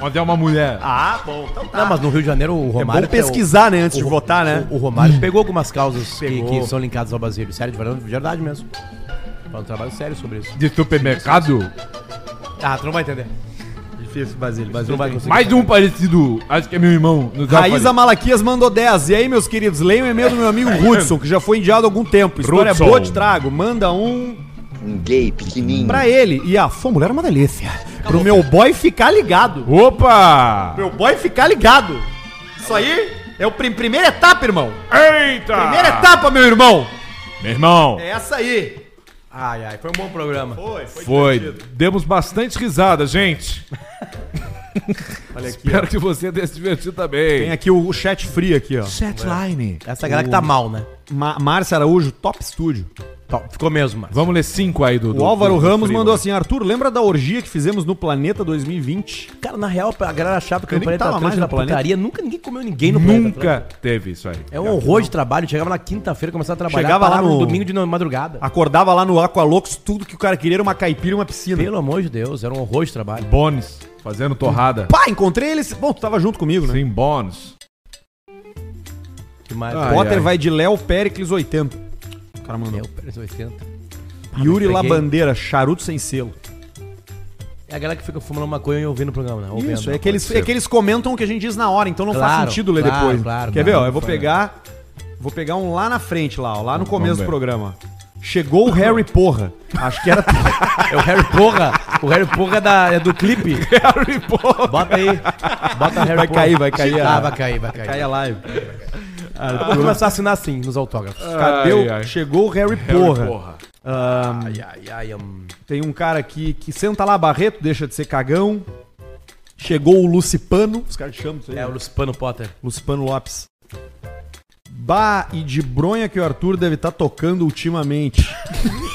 Speaker 1: Mas é uma mulher.
Speaker 2: Ah, bom. Então tá.
Speaker 3: Não, mas no Rio de Janeiro o
Speaker 2: é
Speaker 3: Romário.
Speaker 2: bom pesquisar, né, antes
Speaker 3: o-
Speaker 2: de votar, né?
Speaker 3: O, o Romário pegou algumas causas que,
Speaker 2: Pegou.
Speaker 3: que são linkadas ao Basílio. Sério, de verdade, de verdade mesmo. Faz um trabalho sério sobre isso.
Speaker 1: De supermercado?
Speaker 3: Ah, tu não vai entender.
Speaker 2: difícil, Basílio.
Speaker 3: Mas não vai conseguir.
Speaker 1: Mais um parecido, acho que é meu irmão. No Zé
Speaker 2: Raíza Malaquias mandou 10. E aí, meus queridos, leiam o e-mail do meu amigo Hudson, que já foi indiado há algum tempo. História
Speaker 1: Hudson.
Speaker 2: boa de trago. Manda um
Speaker 10: Um gay pequenininho.
Speaker 2: pra ele. E a sua mulher é uma delícia. Pro meu boy ficar ligado.
Speaker 1: Palhares. Opa!
Speaker 2: Meu boy ficar ligado. Isso aí é a primeira etapa, irmão.
Speaker 1: Eita!
Speaker 2: Primeira etapa, meu irmão.
Speaker 1: Meu irmão,
Speaker 2: É essa aí.
Speaker 3: Ai, ai, foi um bom programa.
Speaker 2: Foi, foi.
Speaker 1: foi. Demos bastante risada, gente.
Speaker 2: Olha aqui, ó.
Speaker 1: Espero que você tenha se divertido também.
Speaker 2: Tem aqui É o chat free aqui, ó.
Speaker 1: Chatline.
Speaker 3: Essa galera que tá mal, né?
Speaker 2: Ma- Márcia Araújo, Top Studio.
Speaker 3: Top, ficou mesmo, mano.
Speaker 1: Vamos ler cinco aí, Dudu.
Speaker 2: O Álvaro
Speaker 1: do- do
Speaker 2: Ramos
Speaker 1: frio,
Speaker 2: mandou
Speaker 1: né?
Speaker 2: assim: Arthur, lembra da orgia que fizemos no Planeta 2020?
Speaker 3: Cara, na real, a galera achava que
Speaker 2: Eu
Speaker 3: o
Speaker 2: nem
Speaker 3: planeta
Speaker 2: tava mais
Speaker 3: Atlântico era
Speaker 2: no planeta.
Speaker 3: putaria. Nunca ninguém comeu ninguém no planeta
Speaker 1: Nunca
Speaker 3: Atlântico.
Speaker 2: né?
Speaker 1: teve isso aí.
Speaker 3: É um horror de trabalho. Chegava na quinta-feira, começava a trabalhar.
Speaker 2: Chegava lá
Speaker 3: parava
Speaker 2: no-
Speaker 3: domingo de no- madrugada.
Speaker 2: Acordava lá no Aqualocos, tudo que o cara queria era uma caipira e uma piscina.
Speaker 3: Pelo amor de Deus, era um horror de trabalho.
Speaker 1: Bones, fazendo torrada.
Speaker 2: Pá, encontrei eles. Bom, tu tava junto comigo, né?
Speaker 1: Sim, bônus.
Speaker 3: Que mais?
Speaker 1: Ah,
Speaker 2: Potter
Speaker 1: ai.
Speaker 2: vai de Léo Pericles 80. O cara mandou.
Speaker 3: Meu, parece 80.
Speaker 2: Yuri
Speaker 3: peguei.
Speaker 2: Labandeira, charuto sem selo.
Speaker 3: É a galera que fica fumando maconha e ouvindo o programa, né? Ouvindo,
Speaker 2: Isso,
Speaker 3: né?
Speaker 2: é que, eles, é que eles comentam o que a gente diz na hora, então não faz
Speaker 3: Claro,
Speaker 2: sentido ler
Speaker 3: claro,
Speaker 2: depois.
Speaker 3: claro,
Speaker 2: Quer
Speaker 3: claro.
Speaker 2: ver, ó? Eu vou pegar. Vou pegar um lá na frente, lá, ó, lá no começo do
Speaker 1: ver.
Speaker 2: programa. Chegou o Harry Porra. Acho que era.
Speaker 3: É o Harry Porra. O Harry Porra é, da- é do clipe. Harry Porra. Bota aí. Bota Harry
Speaker 2: Vai
Speaker 3: Porra.
Speaker 2: cair, vai cair a-
Speaker 3: Ah, vai cair, vai cair.
Speaker 2: Cai a live.
Speaker 3: Eu vou começar a assinar assim, nos autógrafos.
Speaker 1: Ai,
Speaker 2: Cadê o-
Speaker 1: ai.
Speaker 2: Chegou o Harry Porra. Ahn,
Speaker 3: Ai, ai, ai. hum.
Speaker 2: Tem um cara aqui que senta lá, Barreto, deixa de ser cagão. Chegou o Lucipano. Os caras chamam isso aí.
Speaker 3: É o Lucipano Potter.
Speaker 2: Lucipano Lopes. Bah, e de bronha que o Arthur deve estar tocando ultimamente.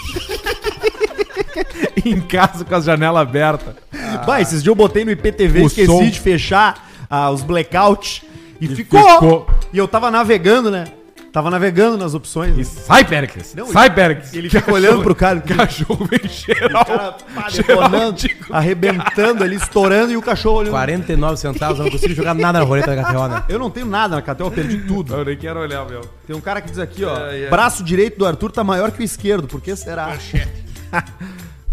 Speaker 1: Em casa com a janela aberta.
Speaker 2: Ah. Bah, esses dias eu botei no IPTV,
Speaker 1: O
Speaker 2: esqueci
Speaker 1: som.
Speaker 2: de fechar ah, os blackout. E, ficou.
Speaker 1: ficou.
Speaker 2: E eu tava navegando, né? Tava navegando nas opções.
Speaker 1: E sai, Pericles.
Speaker 2: Não,
Speaker 1: sai, Pericles.
Speaker 2: Ele fica olhando pro cara.
Speaker 1: cachorro vem
Speaker 2: O
Speaker 1: geral.
Speaker 2: cara pá, detonando, arrebentando ali, estourando e o cachorro olhando.
Speaker 3: 49 centavos, eu não consigo jogar nada na roleta da KTO, né?
Speaker 2: Eu não tenho nada na Cateó, eu perdi tudo.
Speaker 1: Eu nem quero olhar, meu.
Speaker 2: Tem um cara que diz aqui, ó. Braço direito do Arthur tá maior que o esquerdo, por que será?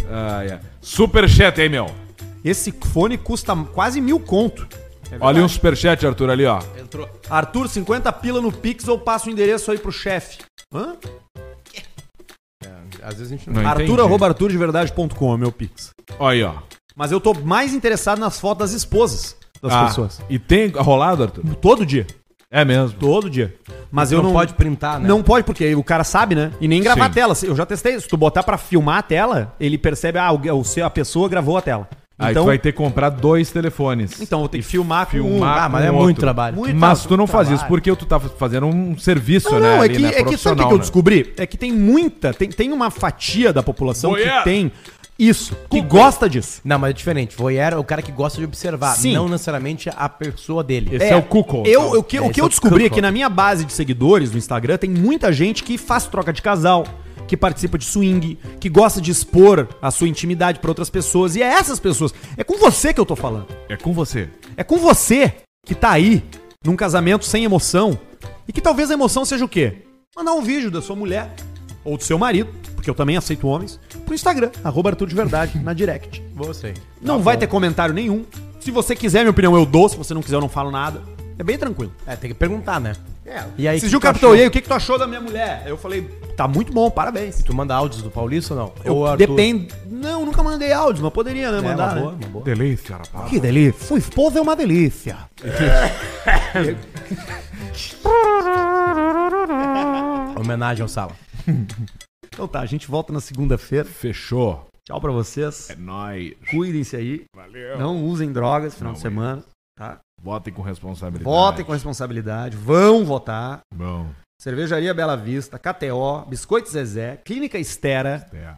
Speaker 1: Ah, é. Superchat, hein, meu?
Speaker 2: Esse fone custa quase mil conto.
Speaker 1: Olha um superchat, Arthur, ali, ó.
Speaker 2: É. Arthur, 50 pila no Pix ou passa o endereço aí pro chefe. Hã?
Speaker 3: Às vezes a gente não...
Speaker 1: Não
Speaker 2: Arthur,
Speaker 1: entendi.
Speaker 2: arroba arturdeverdade.com, é meu Pix.
Speaker 1: Olha aí, ó.
Speaker 2: Mas eu tô mais interessado nas fotos das esposas das
Speaker 1: Ah,
Speaker 2: pessoas.
Speaker 1: E tem rolado, Arthur?
Speaker 2: Todo dia.
Speaker 1: É mesmo.
Speaker 2: Todo dia. Mas eu
Speaker 3: não
Speaker 2: não...
Speaker 3: pode printar, né?
Speaker 2: Não pode, porque aí o cara sabe, né? E nem gravar
Speaker 1: Sim.
Speaker 2: a tela. Se- Eu já testei. Se tu botar pra filmar a tela, ele percebe, ah, o, o seu- a pessoa gravou a tela.
Speaker 1: Aí tu vai ter que comprar dois telefones.
Speaker 2: Então, eu tenho que filmar com
Speaker 1: Filmar
Speaker 3: Ah, mas é
Speaker 1: um
Speaker 3: muito
Speaker 1: outro.
Speaker 3: trabalho.
Speaker 2: Muito
Speaker 1: Mas
Speaker 2: trabalho,
Speaker 1: tu não
Speaker 2: muito
Speaker 1: faz isso
Speaker 2: trabalho.
Speaker 1: porque tu tá fazendo um serviço,
Speaker 2: Não,
Speaker 1: né?
Speaker 2: não, é
Speaker 1: ali,
Speaker 2: que,
Speaker 1: né,
Speaker 2: é que sabe o
Speaker 1: profissional,
Speaker 2: que eu
Speaker 1: né?
Speaker 2: descobri? É que tem muita, tem, tem uma fatia da população
Speaker 8: Boiá.
Speaker 2: que tem isso, que gosta disso.
Speaker 3: Não, mas é diferente. Voyeur é o cara que gosta de observar,
Speaker 2: Sim.
Speaker 3: não necessariamente a pessoa dele.
Speaker 1: Esse é, o Cuco.
Speaker 2: Eu, eu, que,
Speaker 3: É,
Speaker 2: o
Speaker 3: esse
Speaker 2: que
Speaker 3: é
Speaker 2: eu
Speaker 3: o
Speaker 2: descobri é
Speaker 3: cuckold.
Speaker 2: que na minha base de seguidores no Instagram tem muita gente que faz troca de casal, que participa de swing, que gosta de expor a sua intimidade pra outras pessoas. E é essas pessoas. É com você que eu tô falando.
Speaker 1: É com você.
Speaker 2: É com você que tá aí num casamento sem emoção e que talvez a emoção seja o quê? Mandar um vídeo da sua mulher ou do seu marido, porque eu também aceito homens, pro Instagram, arroba Arthur de Verdade, na direct.
Speaker 3: Você.
Speaker 2: Não vai ter comentário nenhum. Se você quiser minha opinião, eu dou. Se você não quiser, eu não falo nada. É bem tranquilo.
Speaker 3: É, tem que perguntar, né?
Speaker 2: É.
Speaker 3: E aí,
Speaker 2: Esses
Speaker 3: que
Speaker 2: dias o
Speaker 3: tu
Speaker 2: capitão,
Speaker 3: achou?
Speaker 2: e aí, o que, que tu achou da minha mulher? Eu falei, tá muito bom, parabéns.
Speaker 3: Tu manda áudios do Paulista ou não?
Speaker 2: Eu,
Speaker 3: ou Arthur?
Speaker 2: depende. Não, nunca mandei áudio, mas poderia, né?
Speaker 3: É, uma
Speaker 2: mandar.
Speaker 3: boa,
Speaker 2: né?
Speaker 3: uma boa.
Speaker 1: Delícia, rapaz.
Speaker 2: Que delícia. Sua esposa é uma delícia.
Speaker 3: Homenagem ao Sala.
Speaker 2: Então tá, a gente volta na segunda-feira.
Speaker 1: Fechou.
Speaker 2: Tchau pra vocês.
Speaker 1: Nós.
Speaker 2: Cuidem-se aí.
Speaker 1: Valeu.
Speaker 2: Não usem drogas final de semana.
Speaker 1: Votem com responsabilidade.
Speaker 2: Votem com responsabilidade. Vão votar.
Speaker 1: Bom,
Speaker 2: Cervejaria Bela Vista, KTO, Biscoito Zezé, Clínica Estera.
Speaker 1: é.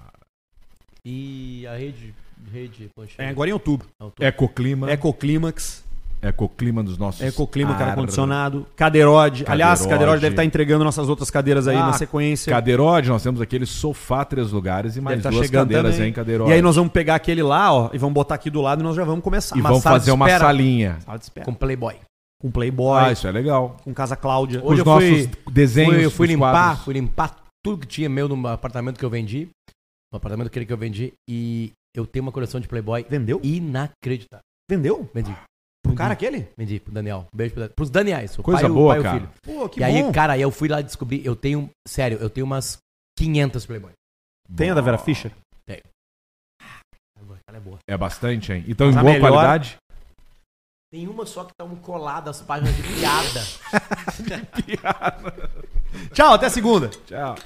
Speaker 3: E a rede. Rede. Poxa,
Speaker 2: É, agora em outubro.
Speaker 1: Ecoclima.
Speaker 2: Ecoclímax.
Speaker 1: Ecoclima dos nossos.
Speaker 2: Ecoclima, cara
Speaker 1: Ar-
Speaker 2: condicionado. Cadeirode. Aliás,
Speaker 1: Cadeirode.
Speaker 2: Cadeirode deve estar entregando nossas outras cadeiras aí
Speaker 1: Ah,
Speaker 2: na sequência.
Speaker 1: Cadeirode, nós temos aquele sofá, três lugares e mais
Speaker 2: Deve tá
Speaker 1: duas
Speaker 2: chegando
Speaker 1: cadeiras,
Speaker 2: também.
Speaker 1: hein, Cadeirode.
Speaker 2: E aí nós vamos pegar aquele lá, ó, e vamos botar aqui do lado e nós já vamos começar.
Speaker 1: E
Speaker 2: Uma
Speaker 1: vamos
Speaker 2: sala
Speaker 1: fazer
Speaker 2: de
Speaker 1: uma
Speaker 2: espera.
Speaker 1: salinha.
Speaker 2: Sala de espera.
Speaker 3: Com Playboy.
Speaker 2: Com Playboy,
Speaker 1: Ah, isso é legal.
Speaker 2: com Casa Cláudia.
Speaker 3: Hoje
Speaker 1: Os
Speaker 3: eu fui-
Speaker 1: nossos desenhos.
Speaker 3: Fui- eu fui
Speaker 1: dos
Speaker 3: limpar,
Speaker 1: quadros.
Speaker 3: fui limpar tudo que tinha meu no apartamento que eu vendi. Um No apartamento que eu vendi. E eu tenho uma coleção de Playboy
Speaker 2: Vendeu?
Speaker 3: inacreditável.
Speaker 2: Vendeu?
Speaker 3: Vendi.
Speaker 2: O cara aquele?
Speaker 3: Vendi pro Daniel. Beijo pro Dan- pros Daniels. o
Speaker 1: Coisa
Speaker 3: pai e o-
Speaker 1: boa,
Speaker 3: pai e o
Speaker 1: cara.
Speaker 3: filho.
Speaker 2: Pô, que
Speaker 3: e aí, cara, aí eu fui lá descobrir. Eu tenho. Sério, eu tenho umas 500 Playboy.
Speaker 2: Tem a da Vera Fischer?
Speaker 3: Ela é boa.
Speaker 1: É bastante, hein? Então, em
Speaker 2: a
Speaker 1: boa
Speaker 2: tá melhor-
Speaker 1: qualidade.
Speaker 3: Tem uma só que tá um colada as páginas de piada.
Speaker 2: Tchau, até segunda.
Speaker 1: Tchau.